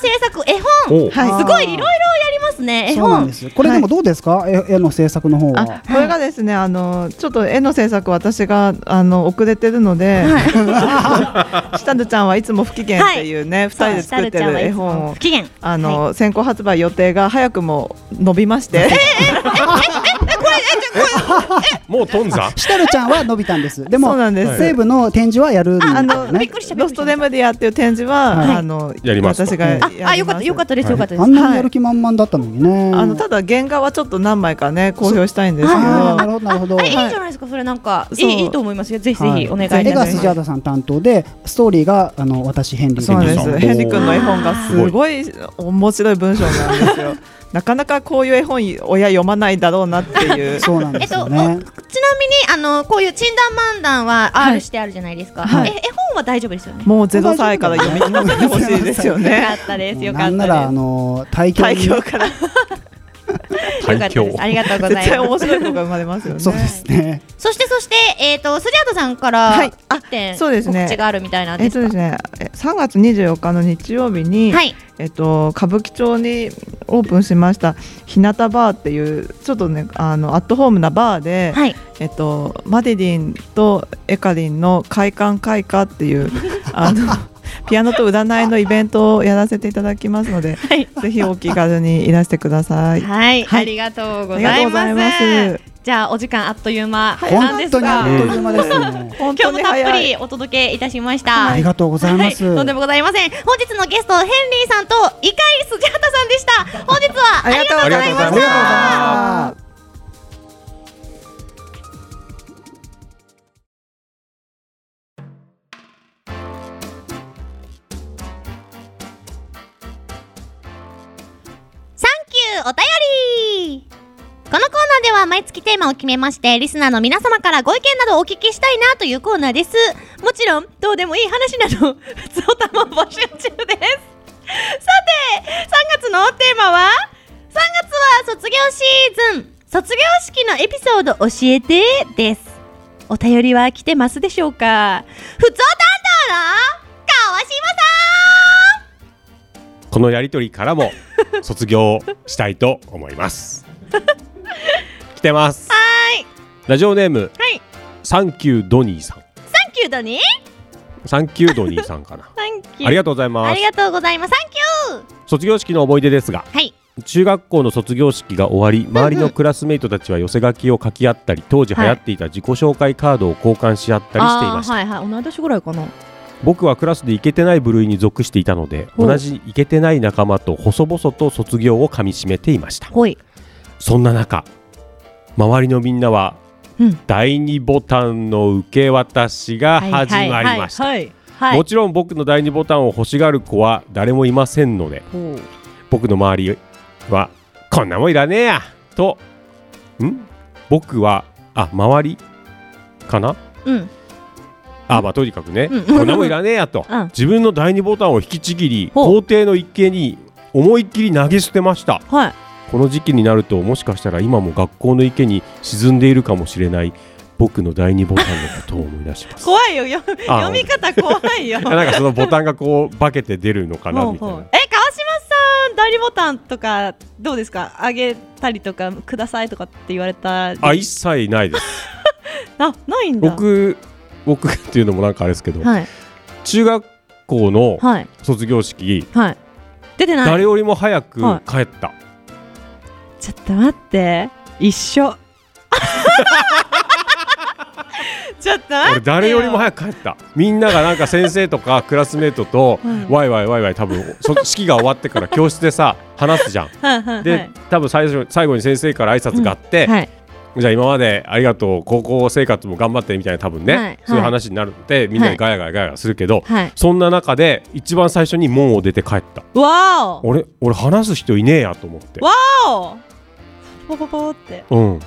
制作絵お本、はいすごいいろいろやりますね、絵そうなん本で。すよこれでもどうですか、絵絵の制作の方はこれがですねあのちょっと絵の制作私があの遅れてるので、 したるちゃんはいつも不機嫌っていうね、二人で作ってる絵本を不機嫌。あの、先行発売予定が早くも伸びまして、 もうとんざシタルちゃんは伸びたんですでもそうなんです西部の展示はやるんですあよの、ねロストレムディアっていう展示は、はいあのやりますと私がやりますあ、よかった、よかったです、よかったです。あんなにやる気満々だったのにね、あのただ原画はちょっと何枚かね公表したいんですけど、どなるほどあいいじゃないですか、それなんか、いそういいいと思いますよ、ぜひぜはひお願いいたし絵まがすスジ。ャーダさん担当でストーリーがあの私ヘンリーそうですヘンリー君の絵本がすいごい面白い文章なんですよなかなかこういう絵本親読まないだろうなって い うそうなんですよ ねちなみに、あの、こういう診断漫談は R してあるじゃないですか。え絵本は大丈夫ですよね。もうゼロ歳から読み聞かせてほしいですよ よかねったです、なよかっんなたらあです。の体大験教からよかったです。ありがとうございます。絶対面白いのが生まれますよね。そうですね。そしてそしてえっ、とスリアートさんから一点、そうですね告知があるみたいなんえでっとすか。ですね、え3月24日の日曜日に、はいえっと歌舞伎町にオープンしました日向バーっていうちょっとねあのアットホームなバーで、はいえっとマディリンとエカリンの会館会歌っていう あのピアノと占いのイベントをやらせていただきますので、ぜひお気軽にいらしてください。はい、はいありがとうごあざりがとういござまいす。ますじゃあお時間あっという間なんですが、本当にあっという間ですね 今日もたっぷりお届けいたしました。ありがとうございますはいとんでもございません。本日のゲストヘンリーさんとイカイスジャタさんでした。本日はありがとうございまあしりがとうございた。ます。サンキューお便りこのコーナーでは毎月テーマを決めましてリスナーの皆様からご意見などをお聞きしたいなというコーナーですもちろんどうでもいい話など普通おたも募集中ですさて3月のテーマは3月は卒業シーズン卒業式のエピソード教えてですお便りは来てますでしょうか普通担当の川島さんこのやりとりから も卒業したいと思います。来てます。はいラジオネーム、はいサンキュードニーさん。サンキューだね。サンキュードニーさんかなサンキューありがとうございますありがとうございますサンキュー卒業式の思い出ですが、はい中学校の卒業式が終わり周りのクラスメイトたちは寄せ書きを書き合ったり当時流行っていた自己紹介カードを交換し合ったりしていました、あーはいはい同い年ぐらいかな僕はクラスでイケてない部類に属していたのでお同じイケてない仲間と細々と卒業をかみしめていましたほいそんな中周りのみんなは、うん第二ボタンの受け渡しが始まりました、はいはいもちろん僕の第二ボタンを欲しがる子は誰もいませんのでほう僕の周りはこんなもんいらねえやとん僕はあ周りかなうんあまあとにかくね、うんこんなもんいらねえやと、 うん自分の第二ボタンを引きちぎり校庭の一軒に思いっきり投げ捨てました、はいこの時期になるともしかしたら今も学校の池に沈んでいるかもしれない僕の第二ボタンのことを思い出します 怖いよよあ読み方怖いよ なんかそのボタンがこう化けて出るのかなほうみたいほうなえ川島さん代理ボタンとかどうですかあげたりとかくださいとかって言われたりあ一切ないですあないんだ僕僕っていうのもなんかあれですけど、はい中学校のはい卒業式、はい出てない誰よりも早くは帰った、ちょっと待って一緒ちょっと待って 俺誰よりも早く帰ったみんながなんか先生と かクラスメートとうんワイワイワイワイ多分そ式が終わってから教室でさ話すじゃん。 はいはいはいで多分最初最後に先生から挨拶があって、うんはいじゃあ今までありがとう高校生活も頑張ってみたいな多分ね、はいはいそういう話になるのでみんなでガヤガヤガヤガヤするけど、はいそんな中で一番最初に門を出て帰った。わ俺俺話す人いねえやと思っておわおポポポってうん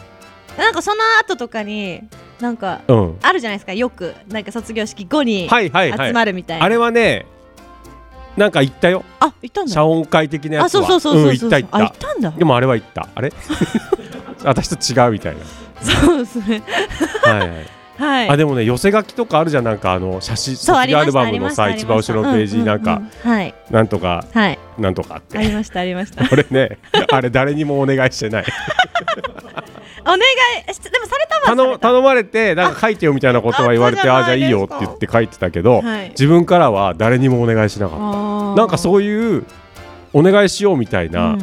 なんかその後とかになんか、うんあるじゃないですかよくなんか卒業式後にはいはいはい集まるみたいな、あれはねなんか行ったよあ行ったんだ謝恩会的なやつはあそうそうそうそうそうん行った行ったあ行ったんだでもあれは行ったあれ 私と違うみたいなそうですねはい、はい はいあでもね寄せ書きとかあるじゃんなんかあの写真そうあ卒り業まアしルたバムのあさりまし一た番後ろのページになんか、うんうんうんはいなんとか、はいなんとかってありましたありましたこれねあれ誰にもお願いしてないお願いしでもされたわ頼頼まれてなんか書いてよみたいなことは言われてあじゃあいいよって言って書いてたけど、はい自分からは誰にもお願いしなかったなんかそういうお願いしようみたいな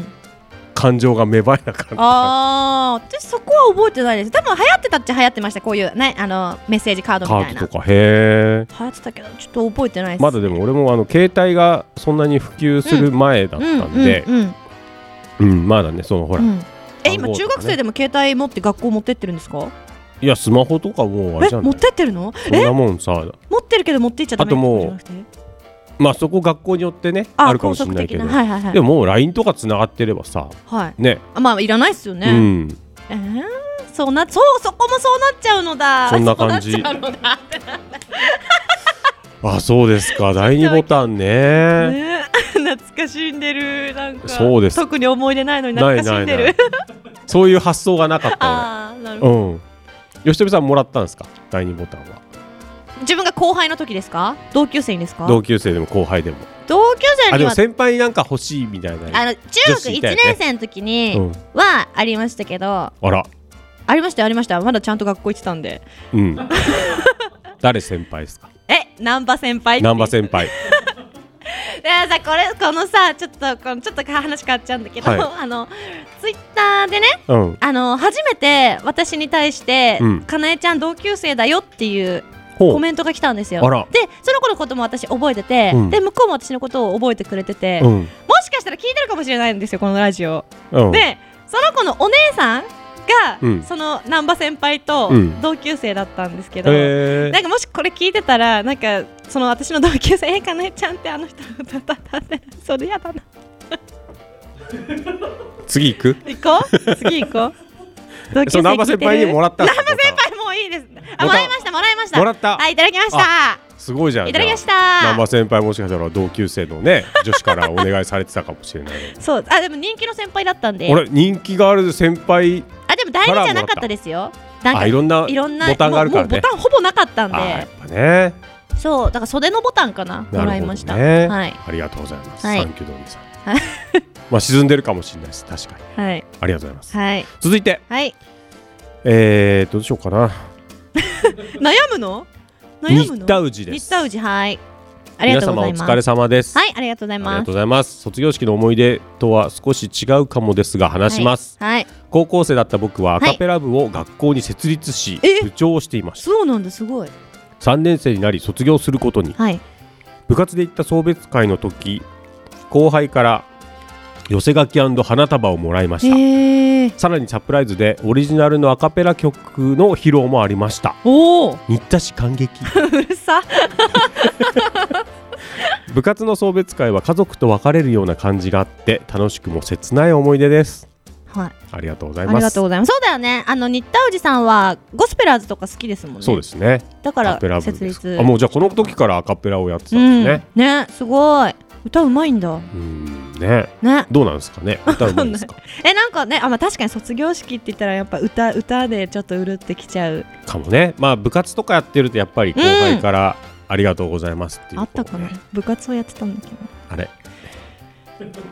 感情が芽生えなかった、あー私そこは覚えてないです多分流行ってたっちゃ流行ってましたこういうねあのメッセージカードみカたいーなドとかへえ流行ってたけどちょっと覚えてないですまだでも俺もあの携帯がそんなに普及する前だったんでうんうんうんうんまだねそのほら、うんえ今番号とかね中学生でも携帯持って学校持ってってるんですかいやスマホとかもうあれえじゃな持っいてってるのそんえなもんさ持ってるけど持っていっちゃダあメともうまあそこ学校によってねああるかもしれないけど、高速的なはいはいはいでももう LINE とかつながってればさはいねあまあいらないっすよね、うんえー、そうなそうそこもそうなっちゃうのだそんな感じそうなっちゃうのだあそう ですか第二ボタンねね 懐かしんでるなんかそうです特に思い出ないのにない懐かしんでるないそういう発想がなかった あーなるほ俺ど、うん吉富さんもらったんですか第二ボタンは自分が後輩の時ですか同級生にですか同級生でも後輩でも同級生あにでもは先輩になんか欲しいみたいなあの中学1年生の時うにんはありましたけど、あらありましたよありましたまだちゃんと学校行ってたんでうん 誰先輩ですかえ難波先輩って難波先輩 でさこれこのさちょっとこのちょっと話変わっちゃうんだけど、はいあのツイッターでね、うんあの初めて私に対して、うんかなえちゃん同級生だよっていうほうコメントが来たんですよあらでその子のことも私覚えてて、うんで向こうも私のことを覚えてくれてて、うもんしかしたら聞いてるかもしれないんですよこのラジオ、うんでその子のお姉さんが、うんその難波先輩とうん同級生だったんですけど、へーなんかもしこれ聞いてたらなんかその私の同級生えかなえちゃんってあの人の歌だったってそれやだな次行く行こう次行こう同級そ生う難波先輩にもらったんで難すか波先輩もういいですあボもタンらいましたもらいましたもらったはいいただきましたあすごいじゃんいただきましたじゃあ難波先輩もしかしたら同級生の ね女子からお願いされてたかもしれないそうあでも人気の先輩だったんで俺人気がある先輩あでも第二じゃなかったですよなんかあいろんないろんなボタンがあるからねもうもうボタンほぼなかったんあやでっぱねそうだから袖のボタンかなもならるいほどましたねはいありがとうございますはい サンキュードリーさんまあ沈んでるかもしれないです確かにはいありがとうございますはい続いてはいえーどうしようかな悩むの悩む新の田氏です新田氏はいありが皆とう様ごおざいます疲れ様ですはいありがとうございありまがすとうございます卒業式の思い出とは少し違うかもですが話します、はい、はい高校生だった僕はアはいカペラ部を学校に設立し、部長をしていましたそうなんだすごい3年生になり卒業することに、はい部活で行った送別会の時後輩から寄せ書き花束をもらいました、さらにサプライズでオリジナルのアカペラ曲の披露もありましたおお新田氏感激 うるさ 部活の送別会は家族と別れるような感じがあって楽しくも切ない思い出ですはいありがとうござあいりますがとうございますそうだよねあの新田氏さんはゴスペラーズとか好きですもんねそうですねだからアカペラ部設で立すかあもうじゃあこの時からアカペラをやってたんですね、うん、ねすごい歌うまいんだねねどうなんですか ね歌うまいですかえなんかねあまあ確かに卒業式って言ったらやっぱ歌歌でちょっとうるってきちゃうかもねまあ部活とかやってるとやっぱり後輩からありがとうございますっていう、あったかな部活をやってたんだけどあれ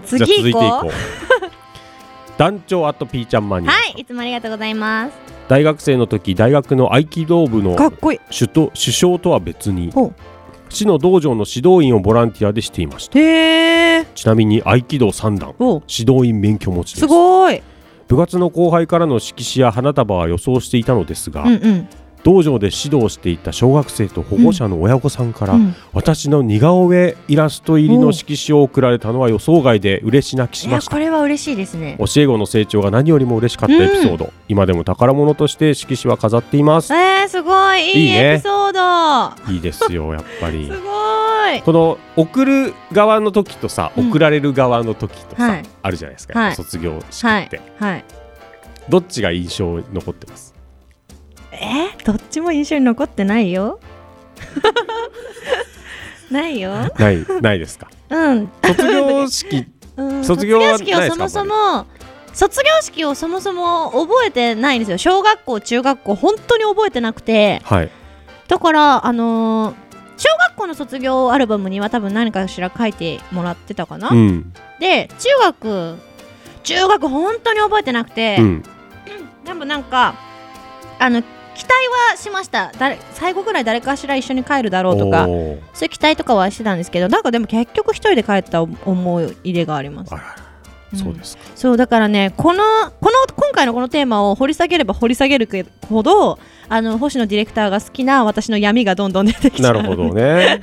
次行こじうゃあ続い ていこう団長あとピーちゃんマニア、はいいつもありがとうございます大学生の時大学の合気道部のかっこいい首都首相とは別に市の道場の指導員をボランティアでしていましたちなみに合気道3段指導員免許持ちですすごい部活の後輩からの色紙や花束は予想していたのですが、うんうん道場で指導していた小学生と保護者の親御さんから、うん私の似顔絵イラスト入りの色紙を送られたのは予想外で嬉し泣きしいやましたこれは嬉しいですね教え子の成長が何よりも嬉しかったエピソード、今でも宝物として色紙は飾っています、えー、すごいいいいいねエピソードいいですよやっぱり すごいこの送る側の時とさ、うん送られる側の時とさ、はいあるじゃないですか、はい卒業式はいってはいどっちが印象に残ってますえー、どっちも印象に残ってな いよないよない ないですかうん卒業式 うん卒業はないです卒業か式をそもそも卒業式をそもそも覚えてないんですよ小学校中学校本当に覚えてなくてはいだからあのー小学校の卒業アルバムには多分何かしら書いてもらってたかな、うんで中学中学本当に覚えてなくて、うん多分なんかあの期待はしました誰最後ぐらい誰かしら一緒に帰るだろうとかおーそういう期待とかはしてたんですけどなんかでも結局一人で帰った思い入れがありますんそうですかそうだからねこのこの今回のこのテーマを掘り下げれば掘り下げるほどあの星野ディレクターが好きな私の闇がどんどん出てきちゃなうるほどね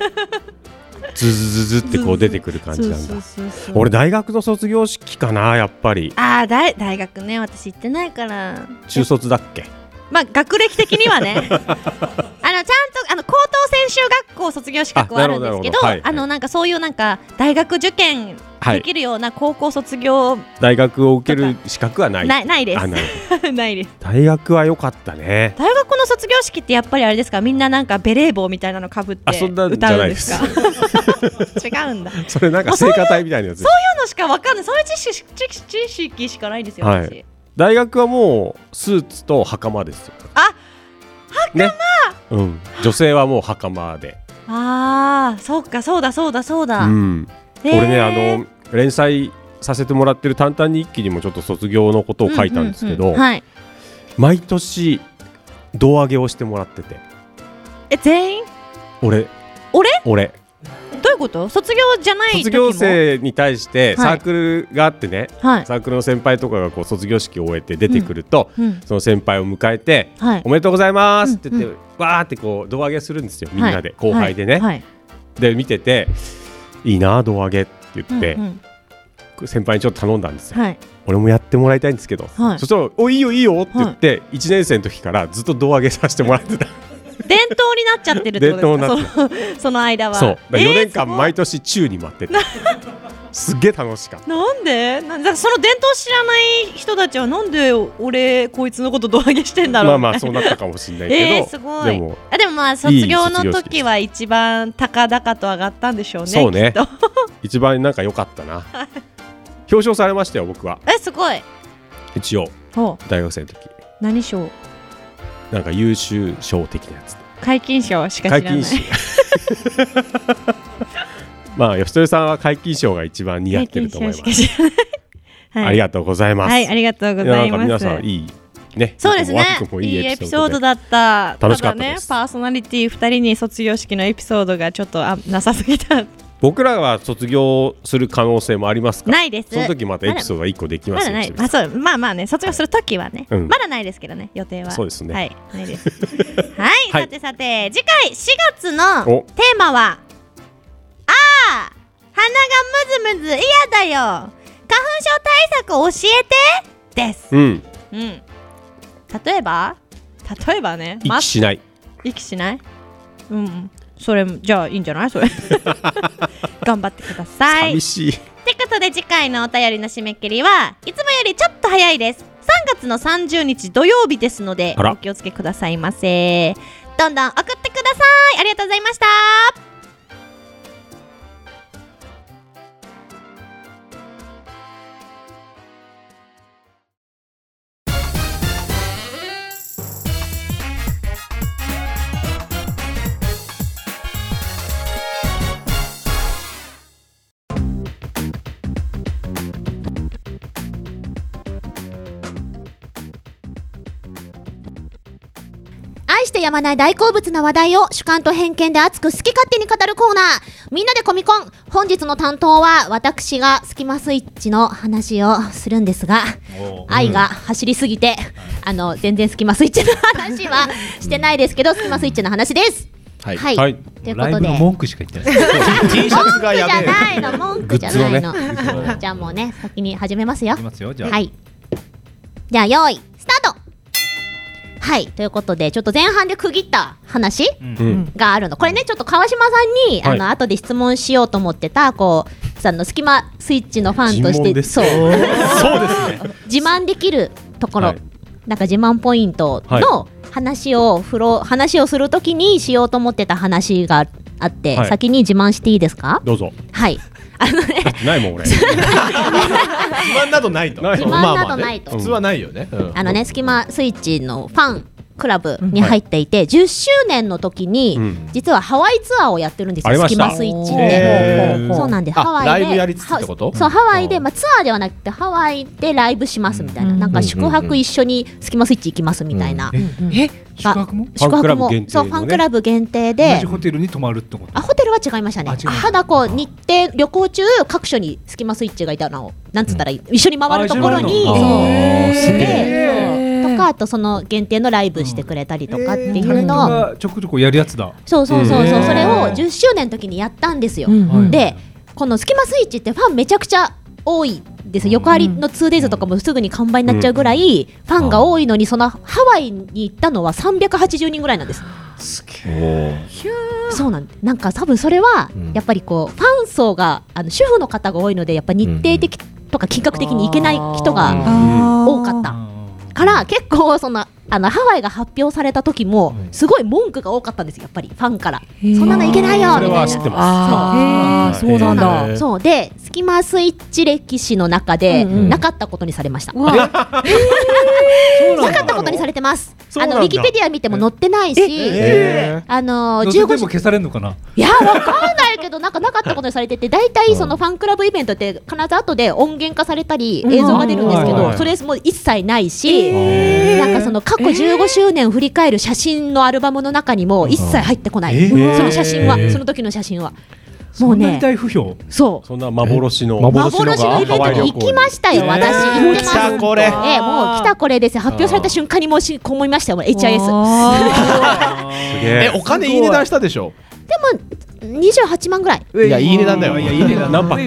ズズズズってこう出てくる感じなんだそうそうそう俺大学の卒業式かなやっぱりああ大大学ね私行ってないから中卒だっけまあ学歴的に はねあのちゃんとあの高等専修学校卒業資格はあるんですけどあなるほどなるほあどはいはいのなんかそういうなんか大学受験はいできるような高校卒業、大学を受ける資格はないないないですあなるほど ないです大学は良かったね大学の卒業式ってやっぱりあれですかみんななんかベレー帽みたいなのかぶってあそんなんじ歌ゃうなんいでですすか 違うんだそれなんか聖歌隊みたいなやつそういうのしかわかんないそういう知識知識知識しかないんですよ、はい私大学はもうスーツと袴ですよあ袴、ねうん、女性はもう袴で、ああそっかそうだそうだそうだ、うん、へー俺ねあの連載させてもらってる「淡々に一気にもちょっと卒業のことを書いたんですけど、うううはい毎年胴上げをしてもらっててえ全員俺俺俺どういうこと卒業じゃない時も卒業生に対してはいサークルがあってね、はいサークルの先輩とかがこう卒業式を終えて出てくると、うんうんその先輩を迎えて、はいおめでとうございますって言って、うんうんわーってこう胴上げするんですよみんなで、はい後輩でね、はいで見てていいなあ胴上げって言って、うん先輩にちょっと頼んだんですよ、はい俺もやってもらいたいんですけど、はいそしたら「おいいよいいよ」って言って、1年生の時からずっと胴上げさせてもらってた伝統になっちゃってるってこ と伝統にですかそのその間はそうだからえー4年間毎年宙に待って て、すっげえ楽しかったなんでなんだその伝統知らない人たちはなんで俺こいつのこと胴上げしてんだろうまあまあみたそいうなったかもしれないけど、 えー、すごいでもあでもまあ卒業の時は一番高々と上がったんでしょうねそうねきっと一番なんか良かったな表彰されましたよ僕はえすごい一応ほ大学生の時何賞なんか優秀賞的なやつ解禁賞しか知らない解禁賞まあ吉豊さんは解禁賞が一番似合ってると思います解禁賞しか知らないはいありがとうございますはいありがとうございますやなんか皆さんいいねそうですね僕もワクもいいいいエエピピソソーードドでだった楽しかっただねですパーソナリティ2人に卒業式のエピソードがちょっとあなさすぎた僕らは卒業する可能性もありますからないですその時またエピソードが一個できまますだよないあそうまあまあね卒業する時はね、はいうんまだないですけどね予定はそうですねはいない ですはい、はいさてさて次回4月のおテーマはあー鼻がむずむず嫌だよ花粉症対策教えてですうんうん例えば例えばね息しない息しないうんそれじゃあいいんじゃないそ れ頑張ってください寂しいってことで次回のお便りの締め切りはいつもよりちょっと早いです3月の30日土曜日ですのであらお気をつけくださいませどんどん送ってくださいありがとうございました愛してやまない大好物な話題を主観と偏見で熱く好き勝手に語るコーナーみんなでコミコン本日の担当は私がスキマスイッチの話をするんですが愛が走りすぎて、あの全然スキマスイッチの話はしてないですけど、スキマスイッチの話ですはいはい、はいというこライとブでの文句しか言ってない。 文句 T じシャツがや べゃえないの文句じゃないの、グッズをねじゃあもうね先に始めますよいきますよじゃあはいじゃあ用意スタートはいということでちょっと前半で区切った話、うんがあるのこれねちょっと川島さんに、はいあの後で質問しようと思ってたこうさんのスキマスイッチのファン尋とし問てです そう 自慢できるところ、はいなんか自慢ポイントの話をフロ話をするときにしようと思ってた話があって、はい先に自慢していいですかどうぞはいだってないもん俺自慢などないと。自慢などないとまあまあね普通はないよね。うんあのね、スキマスイッチのファンクラブに入っていて、10周年の時に、うん実はハワイツアーをやってるんですありよ、まスしキたマスイッチっへてー。そうなんで、あハワイで。ライブやりつつってことはそう、ハワイで、まあ、ツアーではなくて、ハワイでライブしますみたいな、なんか宿泊一緒にスキマスイッチ行きますみたいな。え宿泊もファンクラブ限定のねそう、ファンクラブ限定同でじ。ホテルに泊まるってこと。あホテルは違いましたね。違うただこう日程旅行中各所にスキマスイッチがいたのをなんつったらいい一緒に回るところあ一に緒に回るのそうあーすげでとかあとその限定のライブしてくれたりとかっていうのを、がちょくちょくやるやつだ。そうそうそうそう、うんそれを10周年の時にやったんですよ、うんでこの「スキマスイッチ」ってファンめちゃくちゃ多いですよ横ありの 2days とかもすぐに完売になっちゃうぐらいファンが多いのにそのハワイに行ったのは380人ぐらいなんですそうなんですなんか多分それはやっぱりこうファン層があの主婦の方が多いのでやっぱ日程的とか金額的に行けない人が多かったから結構そのあのハワイが発表された時もすごい文句が多かったんですよやっぱりファンからそんなのいけないよみたそれいなは知ってますそあうーへーそうなんだそうでスキマスイッチ歴史の中でうんうんなかったことにされました、うわなかったことにされてますうなあんだのウィキペディア見ても載ってないし、えあのどうせ全部15時消されるのかないや、わかんないけど、なんかなかったことにされてて、大体そのファンクラブイベントって、必ず後で音源化されたり、映像が出るんですうけんはいはいどは、いそれも一切ないし、なんかその過去15周年を振り返る写真のアルバムの中にも一切入ってこなえい、そーの写真はえ、ーその時の写真は。もうね、不評そうそんな幻の幻幻のイベントに行きましたよ、えー私、行ってます。来たこれええもう来たこれですよ、発表された瞬間にもうし、こう思いましたよ、もう HIS。えお金いい値段したでしょでも、28万ぐらい。いやいい値段だよいやいい値段何泊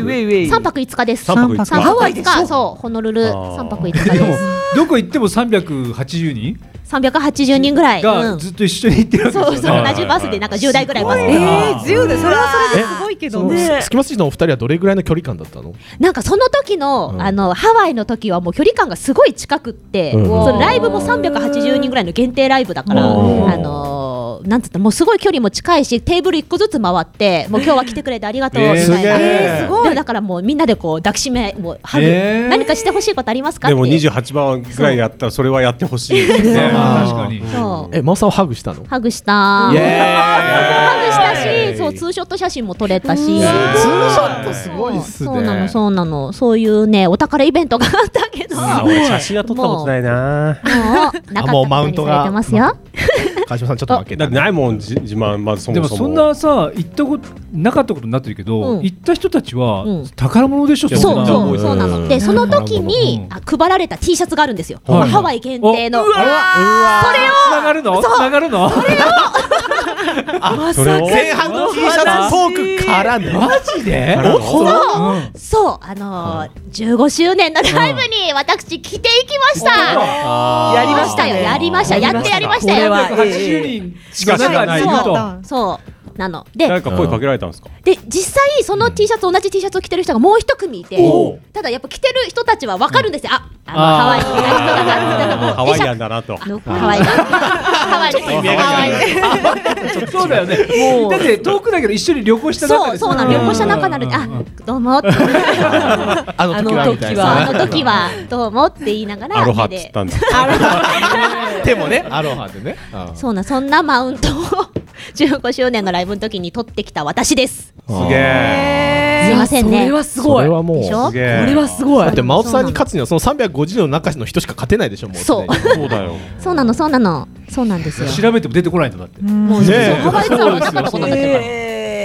三泊五日です。三泊五日ハハワワイイででししょ。ょそう、ホノルルあー三泊五日です。どこ行っても380人三百八十人ぐらい。うがんずっと一緒に行ってるわけそでうすそう、よね同じバスでなんか十台ぐらいバスで。えー自由でそれはそれですごいけそのススキマスイッチのお二人はどれぐらいの距離感だったのなんかその時のあのハワイの時はもう距離感がすごい近くって、うんそのライブも三百八十人ぐらいの限定ライブだから、あうんのーなんつったもうすごい距離も近いし、テーブル一個ずつ回って、もう今日は来てくれてありがとうみえーたいな。すげーえーすごいでもだからもうみんなでこう抱きしめ、もうハグ、えー何かしてほしいことありますかっでて。も28番ぐらいやったらそれはやってほしいですねあーそうえ真央さんをハグしたのハグした。イエーイハグしたし、そうツーショット写真も撮れたし。ツーショットすごいっすね。そうなのそうなのそういうねお宝イベントがあったけど。あ俺写真は撮ったことないなもうなかったことにされてますよ。川島さんちょっと負けたないもんじ自慢まずそでももそもそんなさ行ったことなかったことになってるけど、うん行った人たちは、うん宝物でしょそうなそうそうなの。でその時にあ配られた T シャツがあるんですよ。はいハワイ限定の。おうわーうそれをつながるのつながるのあそれを前半の T シャツトークからのマジでおっとそうあのー15周年のライブに私着ていきました。やりましたよよやりましたやってやりましたよ。 380人しか知らないいるとそうそうなので誰か声かけられたんですかで実際その T シャツ同じ T シャツを着てる人がもう一組いておうただやっぱ着てる人たちは分かるんですよああのハワイにいた人だなみたいなもうハワイアンだなとハワイがハワイに意味合いがハワイにそうだよねもうだって遠くだけど一緒に旅行した中そうでそうなの旅行した中なのにあどうもってあの時はみたいなあの時はどうもって言いながらアロハっ手でつったんだアロハ でもねアロハでねそうなそんなマウントを15周年のライブの時に撮ってきた私ですすげえすいませんねそれはすごいそれはもうでしょすげえこれはすごいだって真央さんに勝つにはその350の中の人しか勝てないでしょもうそうそうだよそうなのそうなのそうなんですよ調べても出てこないとだ ってもうねそうえハワイツアーもなかったことになってるから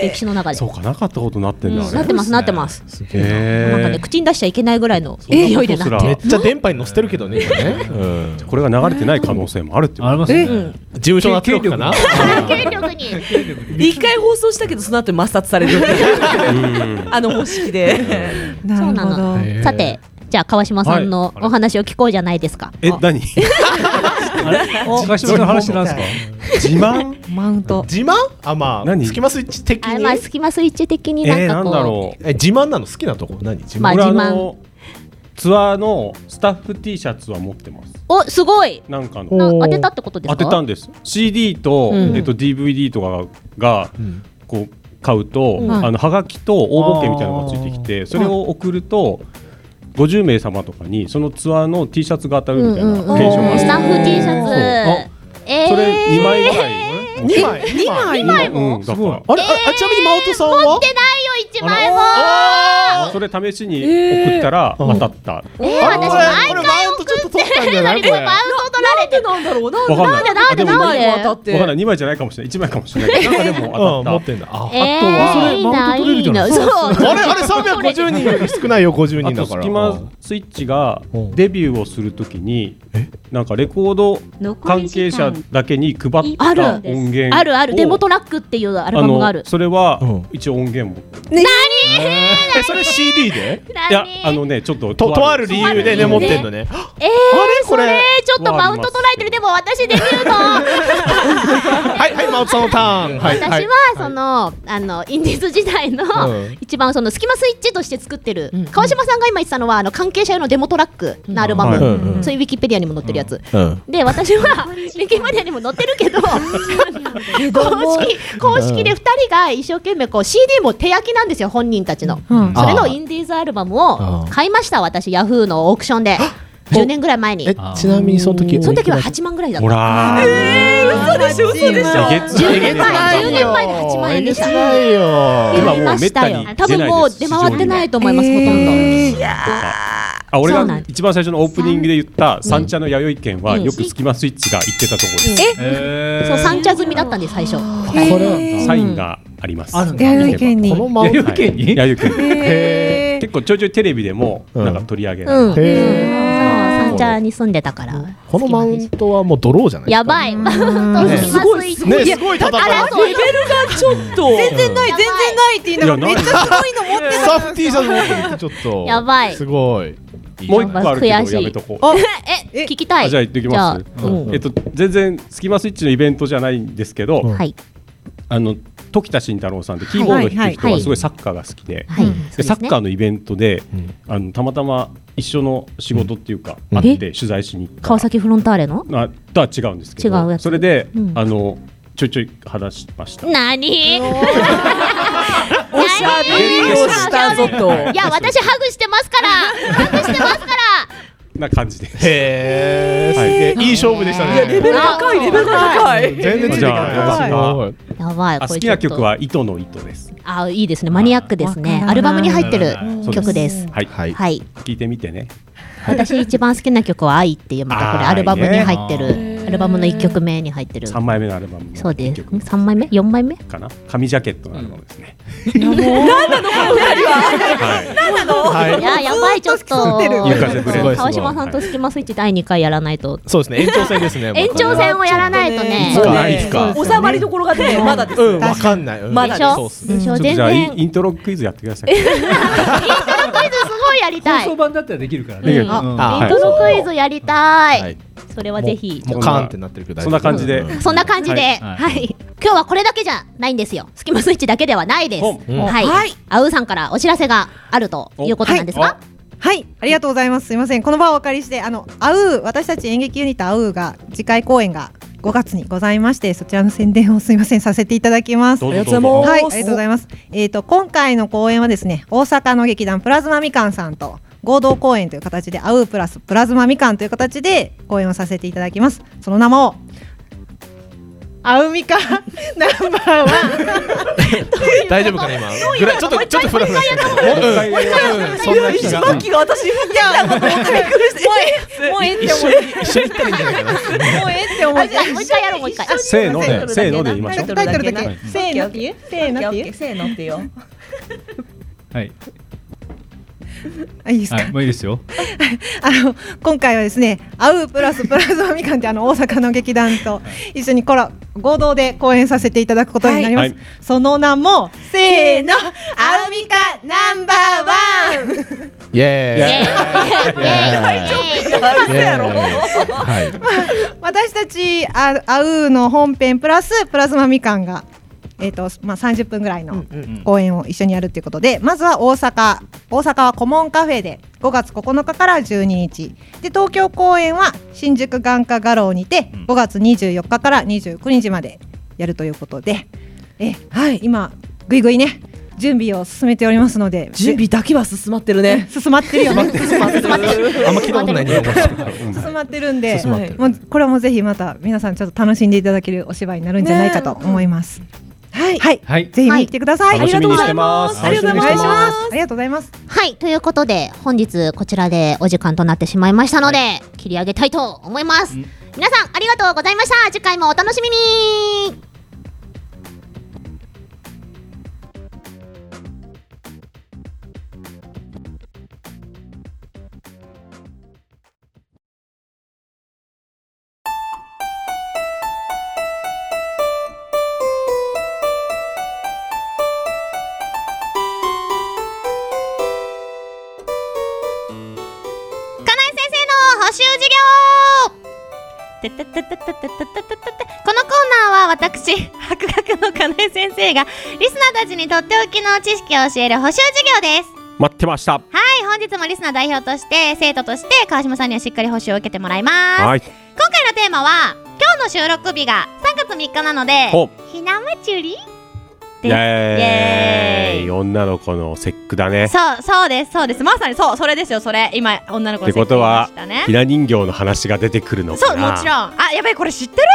歴史の中でそうかなかったことになってんだうんなってますなってますすげなんかねえ口に出しちゃいけないぐらいんのなこと勢いでなってめっるちゃ電波に乗せてるけどね今ねうんこれが流れてない可能性もあるってありますね事務所の圧力かな権力に一回放送したけどその後抹殺されるっていうあの方式で そうなのさてじゃあ川島さんのお話を聞こうじゃないですか え何川島さんの話なんですか自慢マウント自慢あまあスキマスイッチ的あにまあスキマスイッチ的になんかこううえ自慢なの好きなとこ何自まあ慢俺自あ慢のツアーのスタッフ T シャツは持ってますおすごいなんかのな当てたってことですか当てたんです CD と、うんえっと DVD とかがこう買うと、うんあのはがきと応募券みたいなのがついてきてそれを送ると50名様とかにそのツアーの T シャツが当たるみたいな現象があるスタッフ T シャツえーそれ2枚ぐらい2枚2枚二枚もうん、だからあれあちなみに真央さん持はってないよ一枚もそれ試しに送ったら当たった、えー、私毎回送 ってるのにこれマウント取られてるなんだろうなわかんないなんであでもなんでなんでわかんない2枚じゃないかもしれない1枚かもしれないけどなんかでも当たった持ってんだあえー、いいな、いいな、そう。あれあれ350人より少ないよ50人だからスキマスイッチがデビューをするときになんかレコード関係者だけに配っあるた音源をあるある、デモトラックっていうアルバムがあるの。それは一応音源持ってる何えそれ CD でいやあのねちょっとととある理由でね持ってんのねえー、こそれれ、ちょっとマウント取られてる、でも私できるの。はいはい山本さんのターン。はい。私はその、あのインディーズ時代のうん一番そのスキマスイッチとして作ってる、川島さんが今言ってたのはあの関係者用のデモトラックのアルバム、うんはいうんそういうウィキペディアにも載ってるやつ、うんで私はウィキペディアにも載ってるけど 公式公式で2人が一生懸命こう CD も手焼きなんですよ本人たちの、うんそれのインディーズアルバムを買いました私ヤフーのオークションで10年ぐらい前にえちなみにその時その時は8万ぐらいだったほらーえー、嘘でしょ嘘でしょえげつない10年前10年前で8万円でしたないよ今もうめったに多出な分いでもうす出回ってないと思います、市場ほにとんど。あ俺そうなんがで一番最初のオープニングで言った三茶の弥生県はうんよくスキマスイッチが行ってたところですへえ、ーそう三茶済みだったんです最初。ここれサインがあります。あるんだ弥生県にこのまま弥生県に。弥生県にへー結構ちょいちょいテレビでもなんか取り上げらうれん。る。そう三茶に住んでたから。このマウントはもうドローじゃない。やばい。 ねすごいすごいねすごい戦い争レベルがちょっと全然ない全然ないって言いながらめっちゃすごいの持ってた。サフ T シャツ持ってるちょっと。やばいすごい。もう一個あるけど悔しやいめとこう。 え、聞きたあい。じゃあ行ってきますじゃあうん。えっと全然スキマスイッチのイベントじゃないんですけど、あの時田慎太郎さんってキーボードを弾く人はいははいすごいサッカーが好きで、はいそでうですねサッカーのイベントで、あのたまたま一緒の仕事っていうか、うんあってえ取材しに行っ川崎フロンターレの？たあとは違うんですけ違うやど、つそれで、うんあのちょいちょい話しました。何？ おしゃべりをしたぞと。いや私ハグしてますから。ハグしてますから。な感じで。へえ。いい勝負でしたね。高いレベル高 い。全然ついていかないじゃあよかっやばい。たあこ好れきちょなっと曲は糸の糸です。あいいですねマニアックですねあーアルバムに入ってるそう曲ですはい、はいはい聞いてみてね。私一番好きな曲は「愛」っていうまたこれあーアルバムに入っていいるアルバムの1曲目に入ってる三枚目のアルバムそうです3枚目4枚 目かな。紙ジャケットのアルバムですね。何なのこの2人はい。なのはいいややばいちょっとゆかせブレイブ川島さんとスキマスイッチ第2回やらないとそう ですね延長戦です ね。延長戦をやらないとねそうねいつか収まりどころがね、まだです。うんわかんない。うんまだでしょそうっすでしちょょっと全じゃあイ然ンイントロクイズやってください。イントロクイズすごいやりたい放送イン版だったらできるからできね。るあはいトロクイズやりたはいそれはぜひもうカーンってなってるけど。そんな感じで。そんな感じで、ははいい、今日はこれだけじゃないんですよ。スキマスイッチだけではないです。うんはい、はいあうさんからお知らせがあるということなんですが、はい、ありがとうございます。すみません、この場をお借りして、あの、あう、私たち演劇ユニットあうが、次回公演が。5月にございまして、そちらの宣伝をすみません、させていただきます。どうぞありがとうございますはい、ありがとうございます。えっ、と、今回の公演はですね、大阪の劇団プラズマみかんさんと。合同公演という形で、あうプラスプラズマみかんという形で、公演をさせていただきます。その名も。あうみかんナンバーワン。大丈夫かな今。ぐらいちょっとちょっとフラフラしてる。もう一回うんそんな気が。が私に来たのと思ってびっくりして。もうええ一緒に一緒に行ったらいいんじゃないかな。もうええって思って。もう一回やろう、もう一回。せーのでせーので言いましょう。タイトルだけ。はいせーのって言う。せーのって言う。せーのってよ。はい。あ、いいですはい、もういいですよ。あの今回はですね「アウプラスプラズマみかん」ってあの大阪の劇団と一緒にコラ合同で公演させていただくことになります、はいはいその名もせーの「アウミカナンバーワン」イエーイ。イエーイまあ私たちあアウの本編プラスプラズマみかんが、えーとまあ、30分ぐらいの公演を一緒にやるということで、まずは大阪大阪はコモンカフェで5月9日から12日で東京公演は新宿眼科画廊にて5月24日から29日までやるということで、えはい、今ぐいぐいね準備を進めておりますので準備だけは進まってるね。進まってるよね進まってる。あんま聞いたことない日本語ですけど進まってるんで、進まってるもうこれもぜひまた皆さんちょっと楽しんでいただけるお芝居になるんじゃないかと思います。はい、はい、はい、ぜひ見に来てください。楽しみにしてますありがとうございます。楽しみにしてありがとうございます。はい、ということで、本日こちらでお時間となってしまいましたので、切り上げたいと思います。皆さん、ありがとうございました。次回もお楽しみに。かなえ先生の補習授業てってってってってってってってってってこのコーナーは私 博学の金井先生がリスナーたちにとっておきの知識を教える補習授業です待ってましたはい本日もリスナー代表として生徒として川島さんにはしっかり補習を受けてもらいます、はい今回のテーマは今日の収録日が3月3日なのでほひなまちゅりイエーイ女の子の節句だねそうそうですそうですまさにそうそれですよそれ今女の子っのて設こ定とはでしたねひな人形の話が出てくるのそかうもなちろんあやばいこれ 知ってる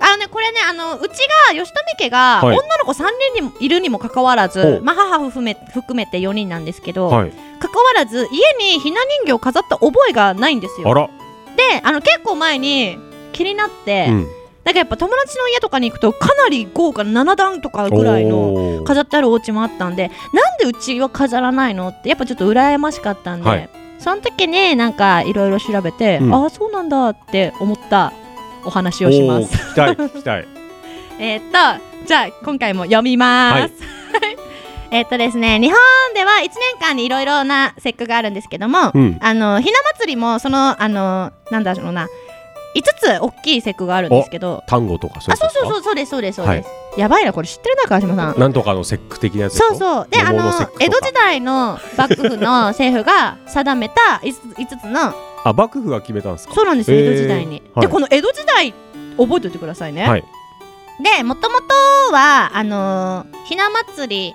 あのねこれねあのうちが吉富家がはい女の子3人にもいるにもかかわらず、ほうまあ母も含め含めて4人なんですけど、はいかかわらず家にひな人形を飾った覚えがないんですよあらであの結構前に気になって、うんなんかやっぱ友達の家とかに行くとかなり豪華な7段とかぐらいおのー飾ってあるお家もあったんでなんでうちは飾らないのってやっぱちょっと羨ましかったんで、はいその時になんかいろいろ調べて、うんああそうなんだって思ったお話をしまおーす。聞きたい聞き たい えーっとじゃあ今回も読みます。えーっとですね、日本では1年間にいろいろな節句があるんですけども、うんあのひな祭りもそのあのなんだろうな5つ大きい節句があるんですけど単語とかそうあいうこそうとですそかうそうそうですそうですそうはでいす、やばいなこれ知ってるな川島さんなんとかの節句的なやつでしょそうそうであ桃の節句とか江戸時代の幕府の政府が定めた 5, つ5つのあ幕府が決めたんですかそうなんですへー江戸時代に、はいでこの江戸時代覚えておいてくださいね、はいでもともとはあのーひな祭り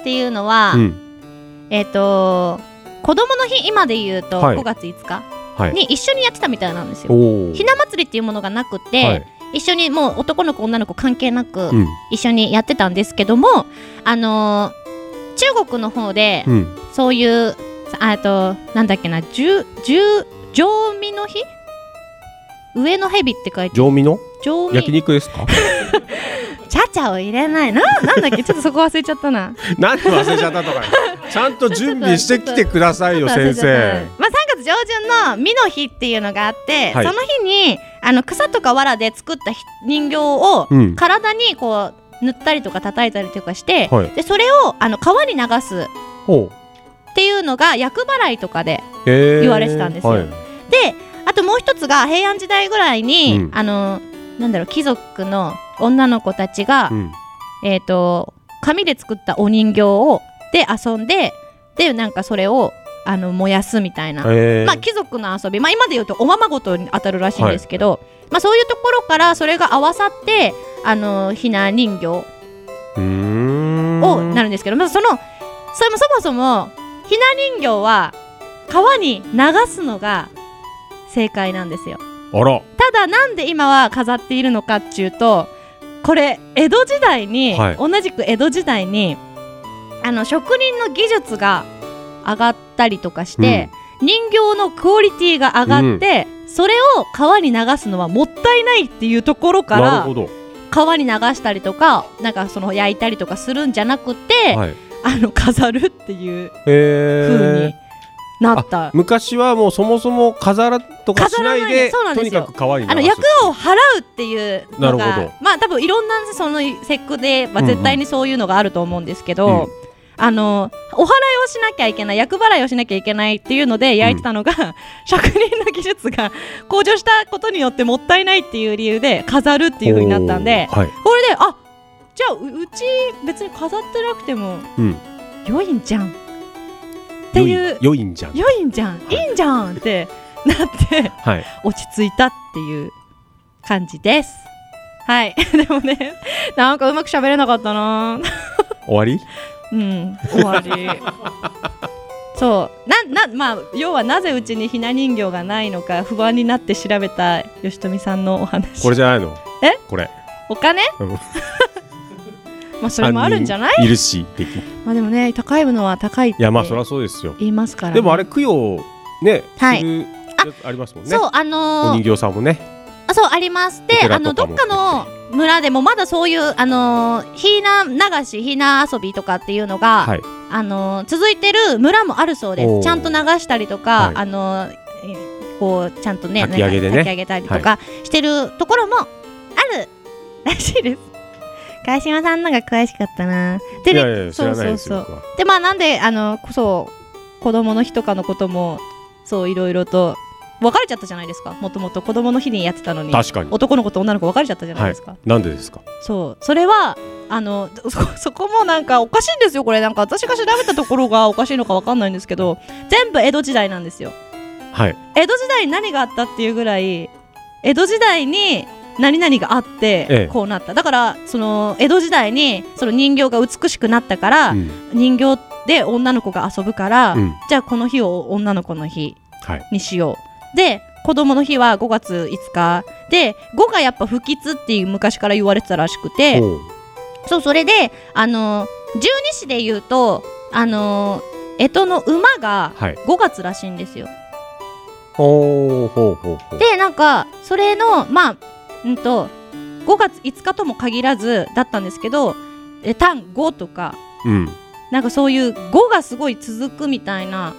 っていうのは、うんえっ、と子供の日今で言うとはい5月5日はいに一緒にやってたみたいなんですよ、おーひな祭りっていうものがなくて、はい一緒にもう男の子女の子関係なくうん一緒にやってたんですけども、あのー中国の方でうんそういう、ああとなんだっけな十十上身の日上の蛇って書いて上味の上味焼肉です かチャチャを入れないなな んだっけちょっとそこ忘れちゃったななんで忘れちゃったとかちゃんと準備してきてくださいよちょっと忘れ先ちゃ生まあ、3月上旬の「美の日」っていうのがあって、はいその日にあの草とか藁で作ったひ人形をうん体にこう塗ったりとか叩いたりとかして、はいでそれをあの川に流すほうっていうのが厄払いとかでへー言われてたんですよはいであともう一つが平安時代ぐらいに、うんあのなんだろう貴族の女の子たちが、うんえっ、と紙で作ったお人形をで遊んででなんかそれをあの燃やすみたいな、へーまあ、貴族の遊び、まあ、今で言うとおままごとに当たるらしいんですけど、まあ、そういうところからそれが合わさってあのひな人形うーんをなるんですけど、まあ、そのそれもそもそもひな人形は川に流すのが正解なんですよあらただなんで今は飾っているのかっていうとこれ江戸時代に、はい同じく江戸時代にあの職人の技術が上がったりとかして、人形のクオリティが上がって、それを川に流すのはもったいないっていうところなかるらほど川に流したりとかなんかその焼いたりとかするんじゃなくて、はいあの飾るっていう風へーになった。昔はもうそもそも飾らとかしないで飾らないとにかですそうなんですよく川に流あのす役を払うっていうのなるほがどまあ多分いろんなその節句で、まあ、うんうん絶対にそういうのがあると思うんですけど、うんあのお祓いをしなきゃいけない役払いをしなきゃいけないっていうので焼いてたのが、 職人の技術が向上したことによってもったいないっていう理由で飾るっていうふうになったんで、おーはいこれであじゃあううち別に飾ってなくてもうん良いんじゃんっていう良いんじゃん良いんじゃん、い、いんじゃんってなってはい落ち着いたっていう感じです。はい。 でもね、なんかうまく喋れなかったな。 終わりうん、終わり。そう、な、な、まあ、要はなぜうちにひな人形がないのか不安になって調べた吉富さんのお 話。これじゃないのえこれお金うんまあ、それもあるんじゃな三人いいるし的にまあ、でもね、高いものは高いっていやまあそりゃそうですよ言いますからね、でもあれ供養ねはいするやつありますもんねそう、あのーお人形さんもねあそうありますおであ寺のとどかっもかの村でもまだそういうあのーひな流しひな遊びとかっていうのが、はいあのー続いてる村もあるそうでおすーちゃんと流したりとか、はいあのーえこうちゃんとね炊き上げでねなんか炊き上げたりとかしてるところもあるらしいです。 川島さんのが詳しかったな。でねいやいや知そうらないそうですそよう。でまあなんであのこそ子供の日とかのこともそういろいろと別れちゃったじゃないですかもともと子供の日にやってたのに確かに男の子と女の子別れちゃったじゃないはでいすか、なんでですかそうそれはあの そそこもなんかおかしいんですよこれなんか私が調べたところがおかしいのかわかんないんですけど全部江戸時代なんですよはい江戸時代に何があったっていうぐらい江戸時代に何々があっええてこうなった、だからその江戸時代にその人形が美しくなったから、うん人形で女の子が遊ぶから、うんじゃあこの日を女の子の日はいにしようで子供の日は5月5日で5がやっぱ不吉っていう昔から言われてたらしくておうそうそれであの十二支で言うとあの干支の馬がはい5月らしいんですよ、ほうほうほうほうでなんかそれのまあうんと5月5日とも限らずだったんですけどえ単5とかうんなんかそういう5がすごい続くみたいな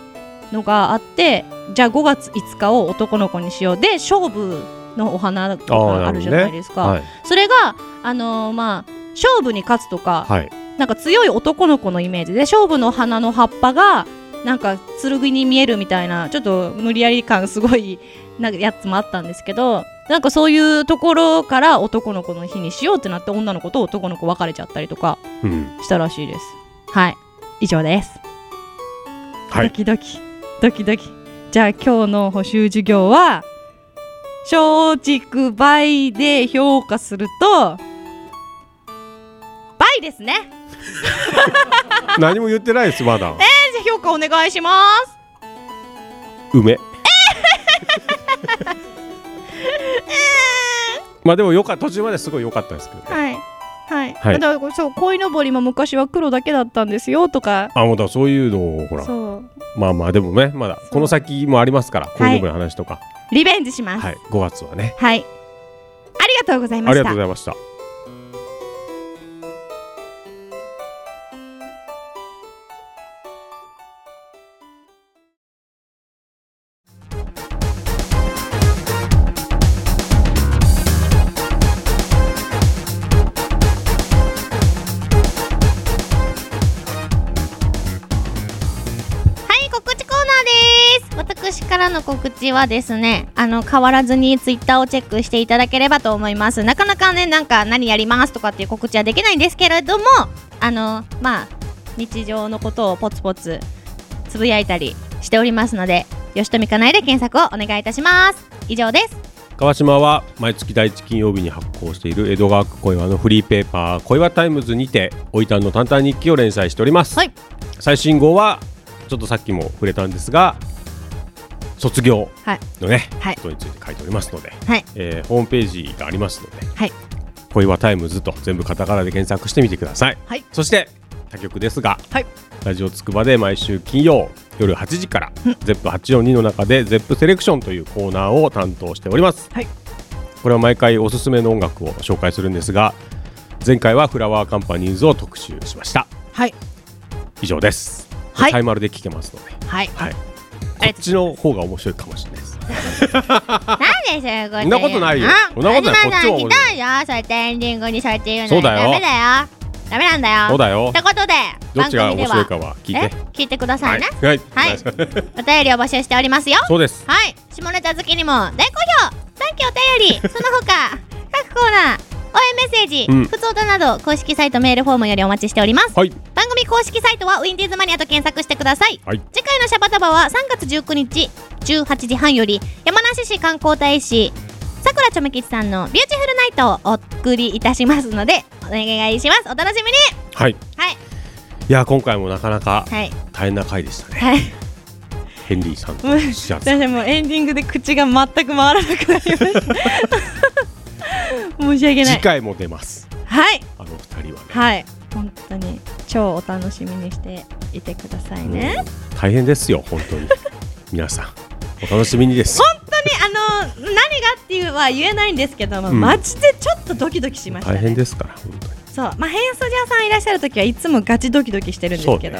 のがあってじゃあ5月5日を男の子にしようで勝負のお花とかあるじゃないですか、あーなるほどねそれがあのーまあ勝負に勝つとか、はいなんか強い男の子のイメージで勝負の花の葉っぱがなんか剣に見えるみたいなちょっと無理やり感すごいなんかやつもあったんですけどなんかそういうところから男の子の日にしようってなって女の子と男の子別れちゃったりとかうんしたらしいです。はい以上です。はいドキドキドキドキじゃあ今日の補習授業は松竹倍で評価すると倍ですね。何も言ってないですまだえー、じゃあ評価お願いします。梅まあでもよかった途中まですごい良かったですけどはい。はい。はいだからそう鯉のぼりも昔は黒だけだったんですよとか。あもうだからそういうのをほらそう。まあまあでもねまだこの先もありますからこういうの話とかリベンジします。ははいい。 5月はねありがとうございあまりしがとうたご。ざいましたはい、告知コーナーです。私からの告知はですね、あの変わらずにツイッターをチェックしていただければと思います。なかなかね、なんか何やりますとかっていう告知はできないんですけれども、あのまあ日常のことをポツポツつぶやいたりしておりますので、吉富かなえで検索をお願いいたします。以上です。川島は毎月第一金曜日に発行している江戸川区小岩のフリーペーパー「小岩タイムズ」にておいたんの淡々日記を連載しております、最新号はちょっとさっきも触れたんですが卒業はい。のね、はいことについて書いておりますので、はいえーホームページがありますのではい。 「小岩タイムズ」と全部カタカナで検索してみてください、はいそして他局ですが、はいラジオつくばで毎週金曜夜8時からうん「ZEP842」の中で「ZEP セレクション」というコーナーを担当しておりますはい。これは毎回おすすめの音楽を紹介するんですが前回はフラワーカンパニーズを特集しましたはい以上です、はいタイマルで聴けますのではい。はいこっちの方が面白いかもしれないですなんでそういうことそんなことないよそんなことないこっちは面白いよそうやってエンディングにそうやって言うのそうだよダメだよダメなんだよそうだよってことでどっちが番組面で白いかは聞いてえ聞いてくださいね、はい、はいお便りを募集しておりますよそうですはい下ネタ好きにも大好評短期お便 りその他各コーナー応援メッセージ、うんふつおたなど公式サイトメールフォームよりお待ちしております、はい番組公式サイトはウィンディーズマニアと検索してください、はい次回のシャバタバは3月19日18時半より山梨市観光大使さくらちょめきちさんの「ビューティフルナイト」をお送りいたしますのでお願いしますお楽しみにはい、はい、いや今回もなかなかはい大変な回でしたね、はい。ヘンリーさんともうシアツ私もうエンディングで口が全く回らなくなりま した。申し訳な次い。回も出ますはい。あの二人ははい。本当に超お楽しみにしていてくださいね。大変ですよ本当に 皆さんお楽しみにです本当にあの何がっていうは言えないんですけども、うんマジでちょっとドキドキしました大ね。変ですから本当にそう、まあ変装屋さんいらっしゃるときはいつもガチドキドキしてるんですけど、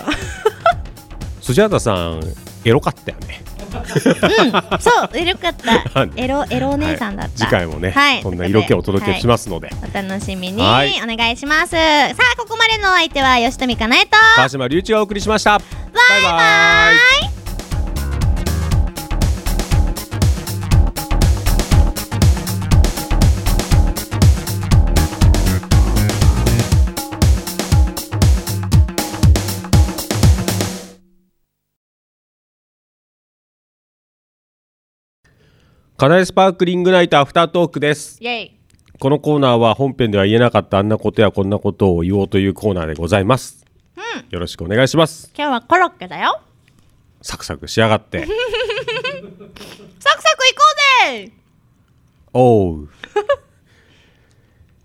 スジャータさんエロかったよねうんそうよかった エロエロお姉さんだっ次た、回もね、はいこんな色気をお届けしますので、お楽しみにおはい願いします、さあここまでのお相手は吉富かなえと川島隆一がお送りしましたバイバイバイバイカナエスパークリングナイトアフタートークです。イェイ。このコーナーは本編では言えなかったあんなことやこんなことを言おうというコーナーでございます。よろしくお願いします。今日はコロッケだよ。サクサク仕上がっサク て。サク行こうぜおう。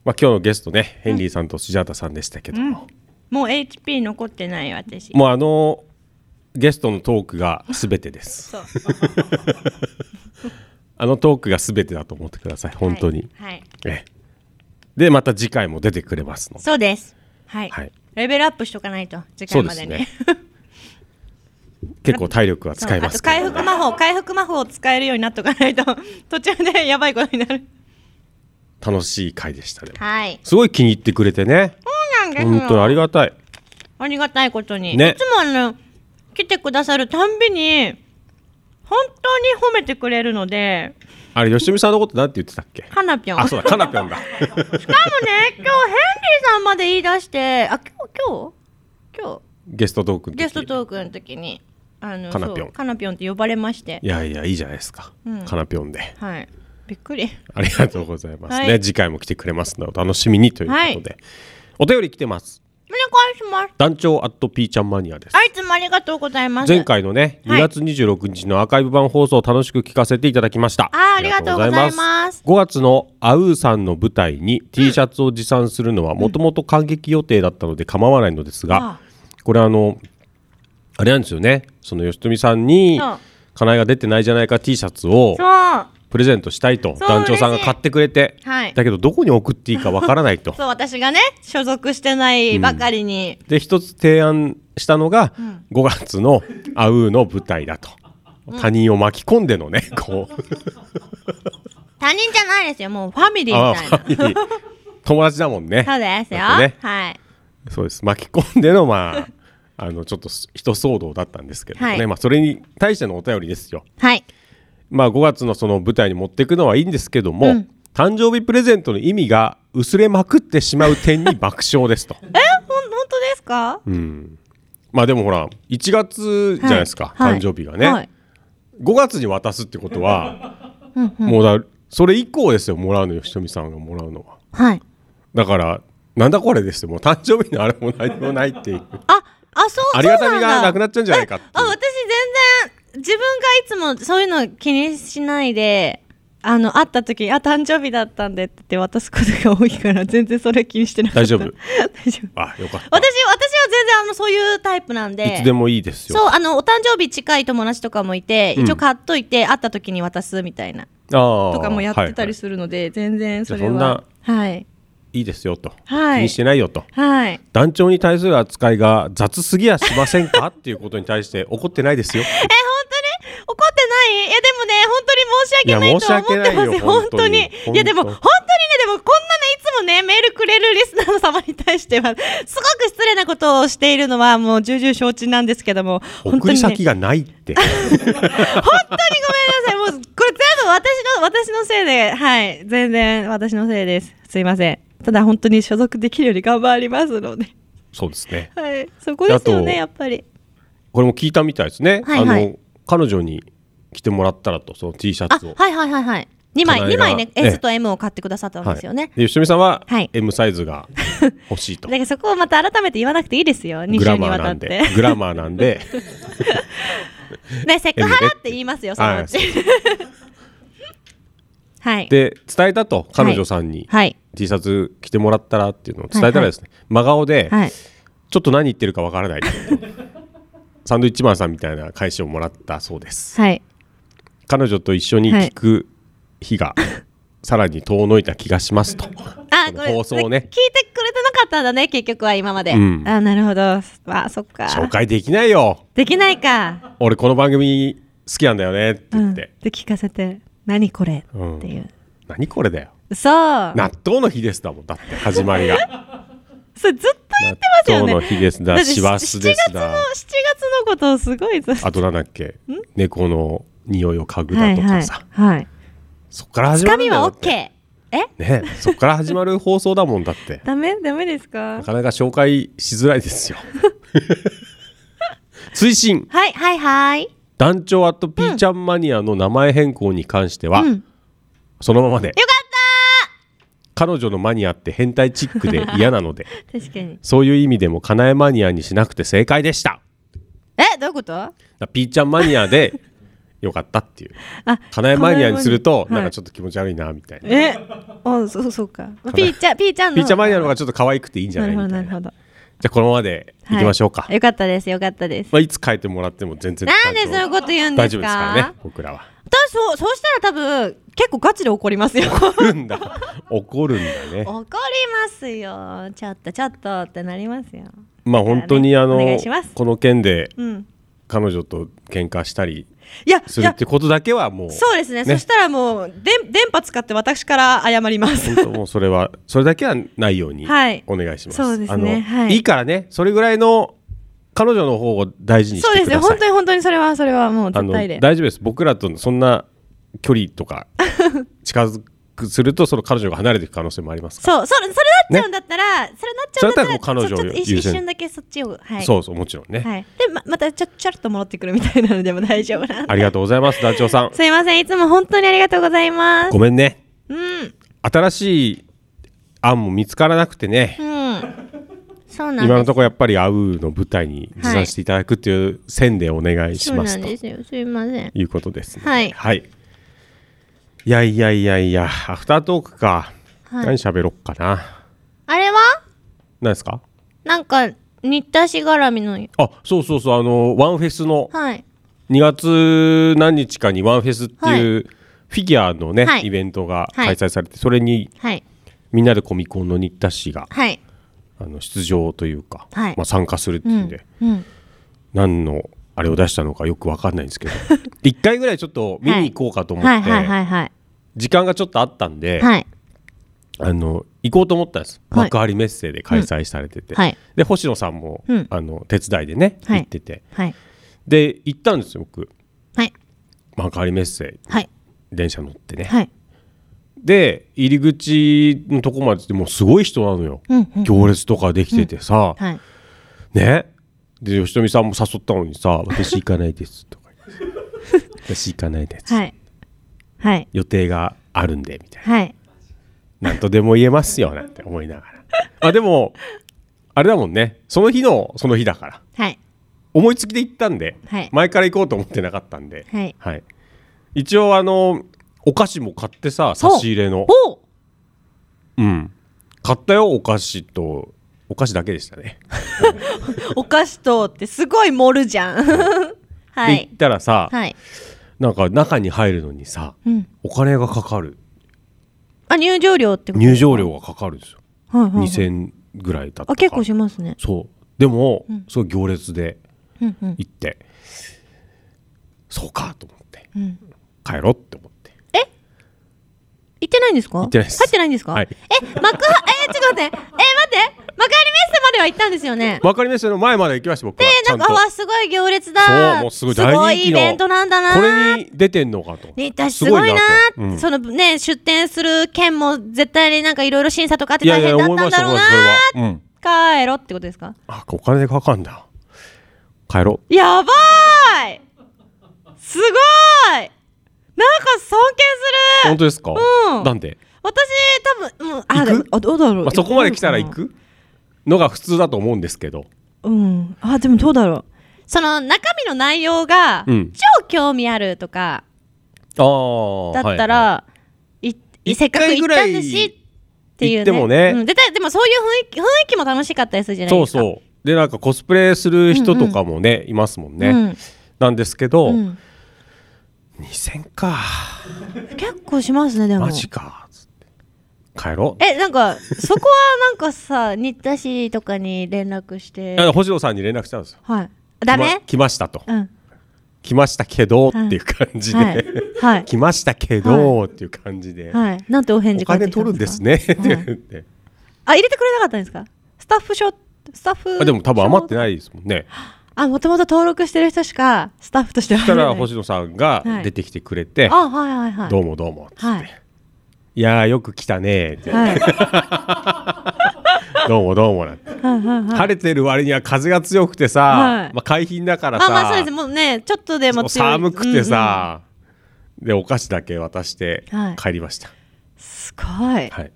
まあ今日のゲストね、ヘンリーさんとスジャータさんでしたけど、うん、もう HP 残ってない私。もうあのゲストのトークがすべてです。そう あのトークがすべてだと思ってください。本当に。はいはいええでまた次回も出てくれますので。そうです。はい。はいレベルアップしとかないと、次そ回うでますでねね。。結構体力は使いあまとすけど。回復魔法、回復魔法を使えるようになっとかないと、 途中でやばいことになる。楽しい回でしたね。はい。すごい気に入ってくれてね。そうなんですよ。本当にありがたい。ありがたいことに、ねいつもあの来てくださるたんびに本当に褒めてくれるのであれ吉見さんのことなんて言ってたっけ？かなぴょんあそうだカナピョン だ。しかもね今日ヘンリーさんまで言い出してあ今日今日今ゲストトーク日の時ゲストトークの時にあのかなぴょんそうかなぴょんって呼ばれましていやいやいいじゃないですかうん。カナピョンで。はいびっくりありがとうございますね。はい次回も来てくれますのでお楽しみにということで、はいお便り来てます。お願いします団長アットピーちゃんマニアです。あいつもありがとうございます前回のね、はい2月26日のアーカイブ版放送を楽しく聞かせていただきました。あーありがとうございます5月のアウーさんの舞台に T シャツを持参するのはもともと感激予定だったので構わないのですが、これあのあれなんですよね。その吉富さんにそう金井が出てないじゃないか T シャツをそうはプレゼントしたいとそう団長さんが買ってくれて、いだけどどこに送っていいかわからないと そう私がね所属してないばかりに、で一つ提案したのが、うん5月のアウーの舞台だと、うん他人を巻き込んでのねこう他人じゃないですよもうファミリーあみたいなファミリー友達だもんねそうですよ、だってねはいそうです巻き込んでのまああのちょっと人騒動だったんですけどもね、はいまあ、それに対してのお便りですよはいまあ5月のその舞台に持っていくのはいいんですけども、うん誕生日プレゼントの意味が薄れまくってしまう点に爆笑です とえほん本当ですかうん、まあでもほら1月じゃないですか、はいはい誕生日がね、はい5月に渡すってことは、うんもうだそれ以降ですよもらうのよしとみさんがもらうのははいだからなんだこれですよもう誕生日のあれも何もないっていうあそうありがたみそうながんだなくなっちゃうんじゃないかってあ私全然自分がいつもそういうの気にしないであの会った時あ誕生日だったんでって言って渡すことが多いから全然それ気にしてなかった大丈夫 大丈夫あよかった私私は全然あのそういうタイプなんでいつでもいいですよそうあのお誕生日近い友達とかもいて、うん一応買っといて会った時に渡すみたいなあーとかもやってたりはいするので、全然それじゃあははいいいですよと、はい気にしてないよとはい団長に対する扱いが雑すぎやしません かっていうことに対して怒ってないですよえ、本当に怒ってないいや、でもね、本当に申し訳ないいや申し訳ないよとは思ってますよ。本当に。本当にいや、でも、本本当にね、でも、こんなね、いつもね、メールくれるリスナー様に対しては、すごく失礼なことをしているのは、もう重々承知なんですけども、本当送に、りね、先がないって本当にごめんなさい。もう、これ全部私の、私のせいで、はい、全然私のせいです。すいません。ただ、本当に所属できるように頑張りますので。そうですねはい、そこですよあね、とやっぱり。これも聞いたみたいですね、はいはいあの彼女に着てもらったらとその T シャあツを、はいはいはいはい。2枚、課2題が枚ね、ええ S と M を買ってくださったんですよね。で吉富さんははい M サイズが欲しい と、だからそこをまた改めて言わなくていいですよ、グ2週ラにマわーたなっんて。でグラマーなんで ね、セクハラって言いますよ、そのうち。はい。で伝えたと彼女さんに、はい T シャツ着てもらったらっていうのを伝えたらですね、真顔で、はいちょっと何言ってるかわからないっていうサンドイッチマンさんみたいな返しをもらったそうです はい。彼女と一緒に聞く日が、さらに遠のいた気がしますとあ、これ、放送をね聞いてくれてなかったんだね、結局は今まで。うんあ、なるほど。あ、そっか。紹介できないよできないか。俺この番組好きなんだよねって言って、で、聞かせて、何これ。うんっていう何これだよそう。納豆の日ですだもんだって始まり がそれずっと言ってます納よ豆ね。の日ですだだって師走です7だ月のことをすごいずっとあとなんだっけん猫の匂いを嗅ぐはだいとはかいさ、はい。そっからつ始まるかんみだよはだって OK。えねそっから始まる放送だもんだって ダメダメですかなかなか紹 介しづらいですよ追伸はいはいはい。団長アットピーちゃんマニアの名前変更に関しては、うんそのままでよかった彼女のマニアって変態チックで 嫌なので確かに。そういう意味でもかなえマニアにしなくて正解でしたえ、どういうことあ、だピーちゃんマニアでよかったっていうかなえマニアにするとなんかちょっと気持ち悪いなみたいな、え、あ、そう、そうか。かなまあピーちゃん、ピーちゃんの。ピーちゃんマニアの方がちょっと可愛くていいんじゃなないるみほたど、いなるなほど。じゃあこのままでいきましょうか、はいよかったです、よかったです。まあ、いつ変えてもらっても全然なんでそういうこと言うんで大す丈夫かですからね僕らは私、そう、そうしたら多分、結構ガチで怒り ますよ。怒るんだね怒りますよ。ちょっと、ちょっとってなりますよ。まあ本当にあの、お願いしますこの件でうん。彼女と喧嘩したりいやするってことだけはもうそうですねそしたらもうで電波使って私から謝ります本当もうそれはそれだけはないようにはいお願いします。そうですねあのはいいからねそれぐらいの彼女の方を大事にそしうでてくすねださ本い。当に本当にそれはそれはもうあ絶の対で大丈夫です僕らとそんな距離とか近づくするとその彼女が離れていく可能性もありますから。そう、それ、それなっちゃうんだったら、それなっちゃうんだったそれだら、ったらもう彼女をちょっと一優一先瞬だけそっちを、はい。そうそうもちろんねはい。で、ま、またちょ、ちょっと戻ってくるみたいなのでも大丈夫なんで ありがとうございます団長さん。すいません、いつも本当にありがとうございます。ごめんねうん。新しい案も見つからなくてね。うん。そうなんです。今のところやっぱり会うの舞台に持参していただくっていう線でお願いしそうまなすんとですよ。すいません。いうことですね。はいはい。いやいやいやいや、アフタートークか。はい何喋ろっかな。あれは何ですかなんか、新田氏絡みの。あ、そうそうそう、あの、ワンフェスのはい。 2月何日かにワンフェスっていうフィギュアのね、はいイベントがは開い催されて、それにはい。みんなでコミコンの新田氏が、はい。あの出場というか、はいまあ、参加するっていうんで、うん。何のあれを出したのかよくわかんないんですけど 一回ぐらいちょっと見に行こうかと思はいって、はいはいはい。時間がちょっとあったんで、はい。あの行こうと思ったんです、はい幕張メッセで開催されてて、うんはいで星野さんも、うんあの手伝いでね、はい行っててはい。で行ったんですよ僕、はい幕張メッセ、はい電車乗ってね、はいで入り口のとこまで来てもうすごい人なのよ、うんうんうん行列とかできててさ、はい。ねで吉富さんも誘ったのにさ「私行かないです」とか言って 「私行かないです」はい。はい。予定があるんでみたいはい。ななんとでも言えますよなんて思いながらあでもあれだもんねその日のその日だからはい。思いつきで行ったんで、はい前から行こうと思ってなかったんで、はい一応あのお菓子も買ってさ差し入れのおうん買ったよお菓子とお菓子だけでしたね、お菓子とってすごい盛るじゃんはで行ったらさ、はいなんか中に入るのにさ、うんお金がかかるあ、入場料ってこと入場料がかかるんですよ、はいはいはい2000ぐらいだったかあ、結構しますね。そうでも、うんそう行列でうんうん。行ってそうかと思ってうん。帰ろうって思って行ってないんですか行ってないです入ってないんですかはいえ、幕張、え、ちょっと待って。え、待って。幕張メッセまでは行ったんですよね。わかりましたの前まで行きました僕はで、ちなゃんんか、とわ、すごい行列そうだ。もうすごい大人気のすごいイベントなんだな。これに出てんのかとね、私すごいなすごいなとうんそのね、出店する件も絶対になんかいろいろ審査とかあっていや大いや変だっ思いたんましだた思ろういまなしたそれは、うん、帰ろってことですかあお金かかんだ帰ろうやばいすごいなんか尊敬する本当ですか、うんなんで、私多分もうあでもあどうだろう、まあ、そこまで来たら行くのが普通だと思うんですけどうんあでもどうだろうその中身の内容がうん超興味あるとかあーだったはいら、いせっかく行ったんだしっていうね行ってもねうん、でたでもそういう雰囲気雰囲気も楽しかったりするじゃないそでうすかうそうでなんかコスプレする人とかもね、いますもんね、うんなんですけど、ん2000か結構しますねでもマジかつって帰ろうえなんかそこはなんかさ新田氏とかに連絡してあの星野さんに連絡したんですよはいダ来まメ、来ましたと、うん来ましたけどってはいいう感じで、はいはい来ましたけどっていう感じで、はいなんてお返事お返っ金てきた取んるんでですすかねって言って、あ入れてくれなかったんですかスタッフ証スタッフあでも多分余ってないですもんねあもともと登録してる人しかスタッフとしてそした入れならい星野さんがはい出てきてくれて、あはいはいはいどうもどうもはいいやーよく来たねーって、はい どうもどうもなんて晴れてる割には風が強くてさ、はいまあ、海浜だからまさ、あまあそうですもうねちょっとでも強い寒くて、さ、でお菓子だけ渡してはい帰りました、すごい、はい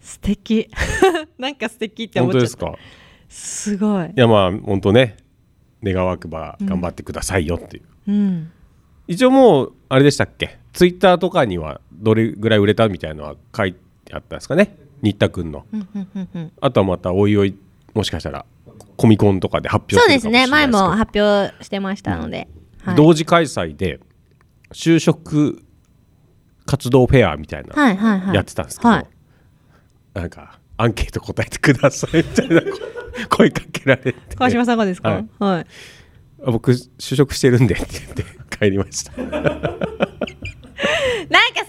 素敵 なんか素敵って思本っち当ゃでっすたかすごいいやまあ本当ね願わくば頑張ってくださいよっていう、うん一応もうあれでしたっけツイッターとかにはどれぐらい売れたみたいのは書いてあったんですかね新田君のうんうんうんうんあとはまたおいおいもしかしたらコミコンとかで発表そうすでるすかもしれないね前ですけども発表してましたので、はい、同時開催で就職活動フェアみたいなはいはいはいやってたんですけど、はいなんかアンケート答えてくださいみたい な声かけられて川島さんがですかははいい、あ僕就職してるんでって言って帰りま したなんか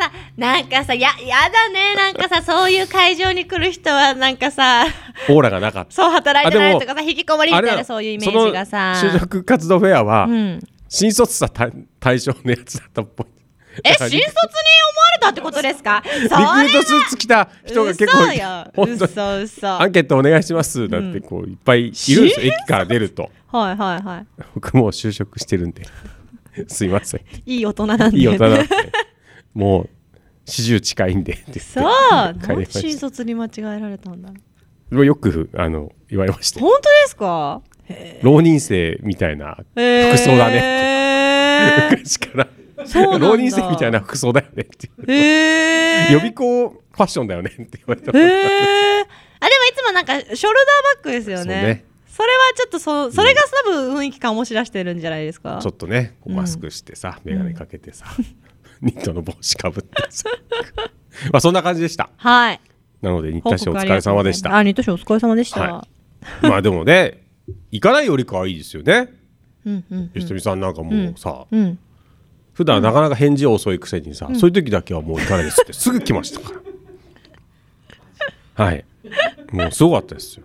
さなんかさややだねなんかさそういう会場に来る人はなんかさオーラがなかったそう働いてないとかあさでも引きこもりみたいなそういうイメージがさその就職活動フェアは、うん新卒者対対象のやつだったっぽいえだから新卒に思われたってことですかそれリクルはートスーツ着た人が結構いて本当に嘘よ嘘嘘アンケートお願いしますだってこういっぱいいるんですよ、駅から出ると はいはいは僕もう就職してるんで すいませんいいい大人なんで、ね、いい大人なんでもう四十近いんでって言ってそうなん帰りまでした新卒に間違えられたんだでもよくあの言われました本当ですか浪人生みたいな服へー装だねって 昔からそうなん だ浪人生みたいな服装だよねって へ予備校ファッションだよねって言われたことあるへえあでもいつもなんかショルダーバッグですよそうねねそれはちょっとそそれが多分雰囲気感をし出してるんじゃないですかちょっとねこうマスクしてさ、眼鏡かけてさ ニットの帽子かぶってさ まあそんな感じでしたはいなので新田市お疲れ様でしたあニットショーお疲れ様でした、はまあでもね行かないよりかはいいですよねうんうん 吉富さんなんかもうさ、う んうん普段なかなか返事遅いくせにさ、うんそういう時だけはもう行かないですってすぐ来ましたからはいもうすごかったですよ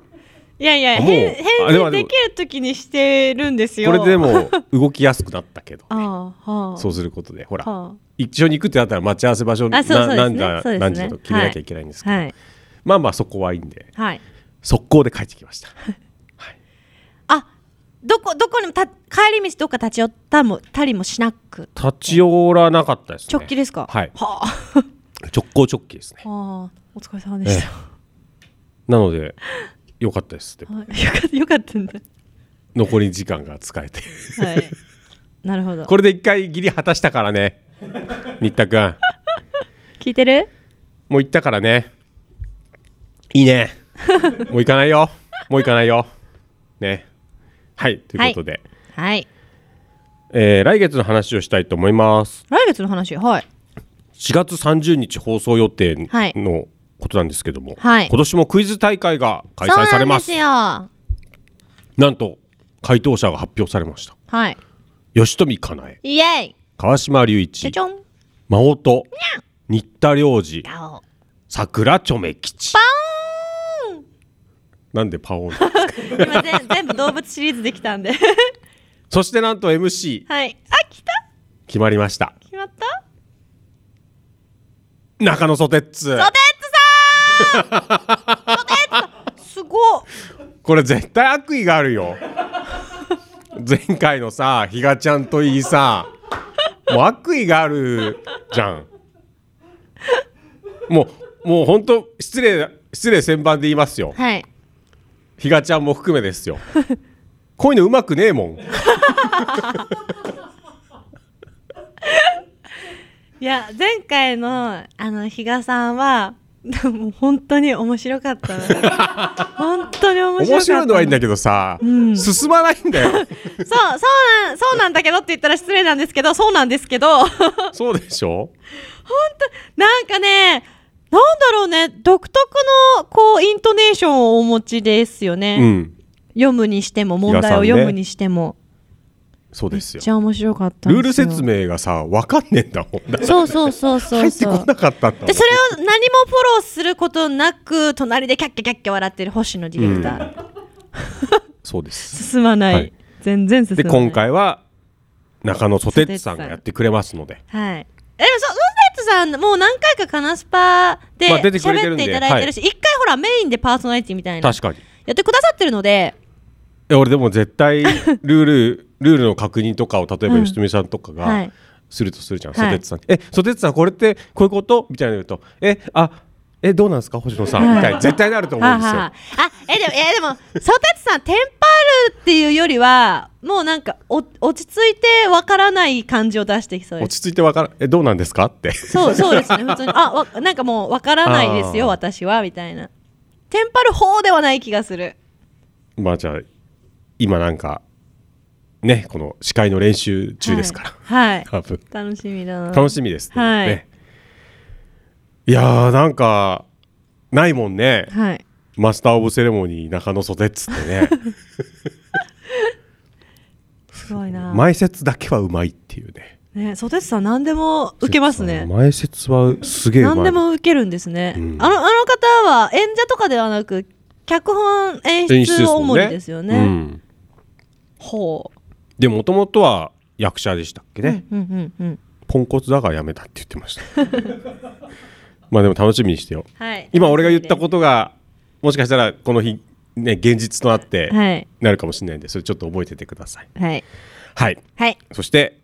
いやいやあもう返あでも返事できる時にしてるんですよこれでもう動きやすくなったけど ああはあそうすることでほら、はあ一緒に行くってなったら待ち合わせ場所あそうそうなでなすんねだそうですね何時だと決めなきゃいけないんですけど、はいまあまあそこはいいんではい速攻で帰ってきま したどこどこにもた帰り道どっか立ち寄ったもたりもしなく立ち寄らなかったですね直帰ですかはいはあ 直行直帰ですねああお疲れ様でした、なので良かったですでもはいよかったよかったんだ 残り時間が使えてはいなるほ どこれで一回ギリ果たしたからね新田君聞いてるもう行ったからねいい ねもう行かないよもう行かないよねはいということで、はいえー来月の話をしたいと思います来月の話はい4月30日放送予定の、はいことなんですけども、はい今年もクイズ大会が開催されますそうなんでなんと回答者が発表されましたすよはい吉富かなえイエイ川島隆一ちょちょん真音新田良二桜チョメ吉パなんでパオンオーン今全全部動物シリーズできたんでそしてなんと MC はいあ来た決まりました決まった中野ソテッツソテッツさん ソテッツすごっこれ絶対悪意があるよ前回のさ比嘉ちゃんといいさもう悪意があるじゃんもうもうほんと失礼失礼千番で言いますよはい比嘉ちゃんも含めですよこういうのうまくねえもんいや前回のあの比嘉さんはもう本当に面白かったの本当に面白かった面白いのはいいんだけどさ、進まないんだよそうそうなんそうなんだけどって言ったら失礼なんですけどそうなんですけど本 そうでしょ当なんかねなんだろうね独特のこうイントネーションをお持ちですよね、うん読むにしても問題を読むにしても、そうですめよっちゃ面白かったんルーでルすよ説明がさ分かんねえんだもんだからそうそうそうそう入ってこなかったんだもんでそれを何もフォローすることなく隣でキャッキャキャッキャ笑ってる星野ディレクター、そうです進まない、はい全然進までない今回は中野ソテッツさんがやってくれますのではいえでもそウズエットさんもう何回かカナスパでまあ出てくれてるん喋っでていただいてるし一、回ほらメインでパーソナリティみたいな確かにやってくださってるのでいや俺でも絶対ルール ルールの確認とかを例えばうん吉富さんとかはがいするとするじゃん、はいソテツさんにえソテツさんこれってこういうこと?」みたいなの言うと「えあえどうなんですか星野さん」はいみたいな絶対なると思うんですよは。いはいはいあえでもいやでもソテツさんテンパるっていうよりはもうなんかお落ち着いてわからない感じを出してきそうです落ち着いてわからんえどうなんですかってそうそうですね 普通にあわなんかもうわからないですあよー私はみたいなテンパる方ではない気がするまあじゃあ今なんかねこの司会の練習中ですから、はい多分楽しみだな楽しみですねはい、ねいやーなんかないもんね、はいマスター・オブ・セレモニー中野ソテツって ねすごいな前説だけはうまいっていうねねソテツさん何でも受けますね前説はすげえうまい何でも受けるんですね、うんあのあの方は演者とかではなく脚本演演出出ですをもん主ねにですよねうんほでもともとは役者でしたっけうね、うんうんうんうんポンコツだからやめたって言ってましたまあでも楽しみにしてよ、はい今俺が言ったことがもしかしたらこの日ね現実となって、はいなるかもしれないんでそれちょっと覚えててくださいはいはい、はいそして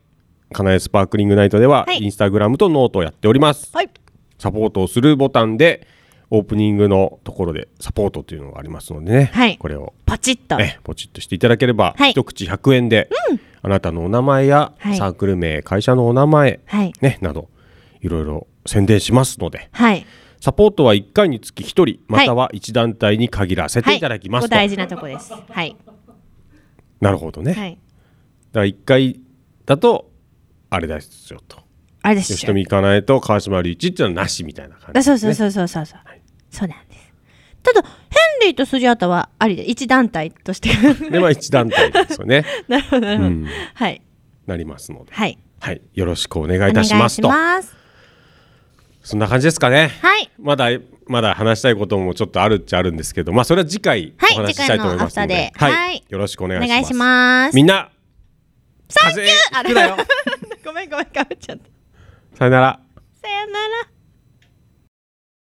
かなえスパークリングナイトでは、はいインスタグラムとノートをやっております、はいサポートをするボタンでオープニングのところでサポートというのがありますのでね、はいこれをポチッとええポチッとしていただければ、はい一口100円で、あなたのお名前や、はいサークル名会社のお名前、はいね、などいろいろ宣伝しますのではいサポートは1回につき1人または1団体に限らせていただきますおと、大事なとこですはいなるほどね、はいだから1回だとあれですよとあれですよ吉富かなえと川島隆一っていうのはなしみたいな感じあです、そね、うそうそうそうそうそう、そうなんですただヘンリーとスジアタはありで一団体として では1団体ですよねなるほどなるほど、うんはいなりますので、はいはい、よろしくお願いいたしますとお願いしますそんな感じですかねはいまだまだ話したいこともちょっとあるっちゃあるんですけどまあそれは次回はいお話ししたいと思いますので,、次回のアフターではいよろしくおお願いし願まいすしますみんなサンキューあ引くなよ ごめんごめんかぶっちゃったさよならさよなら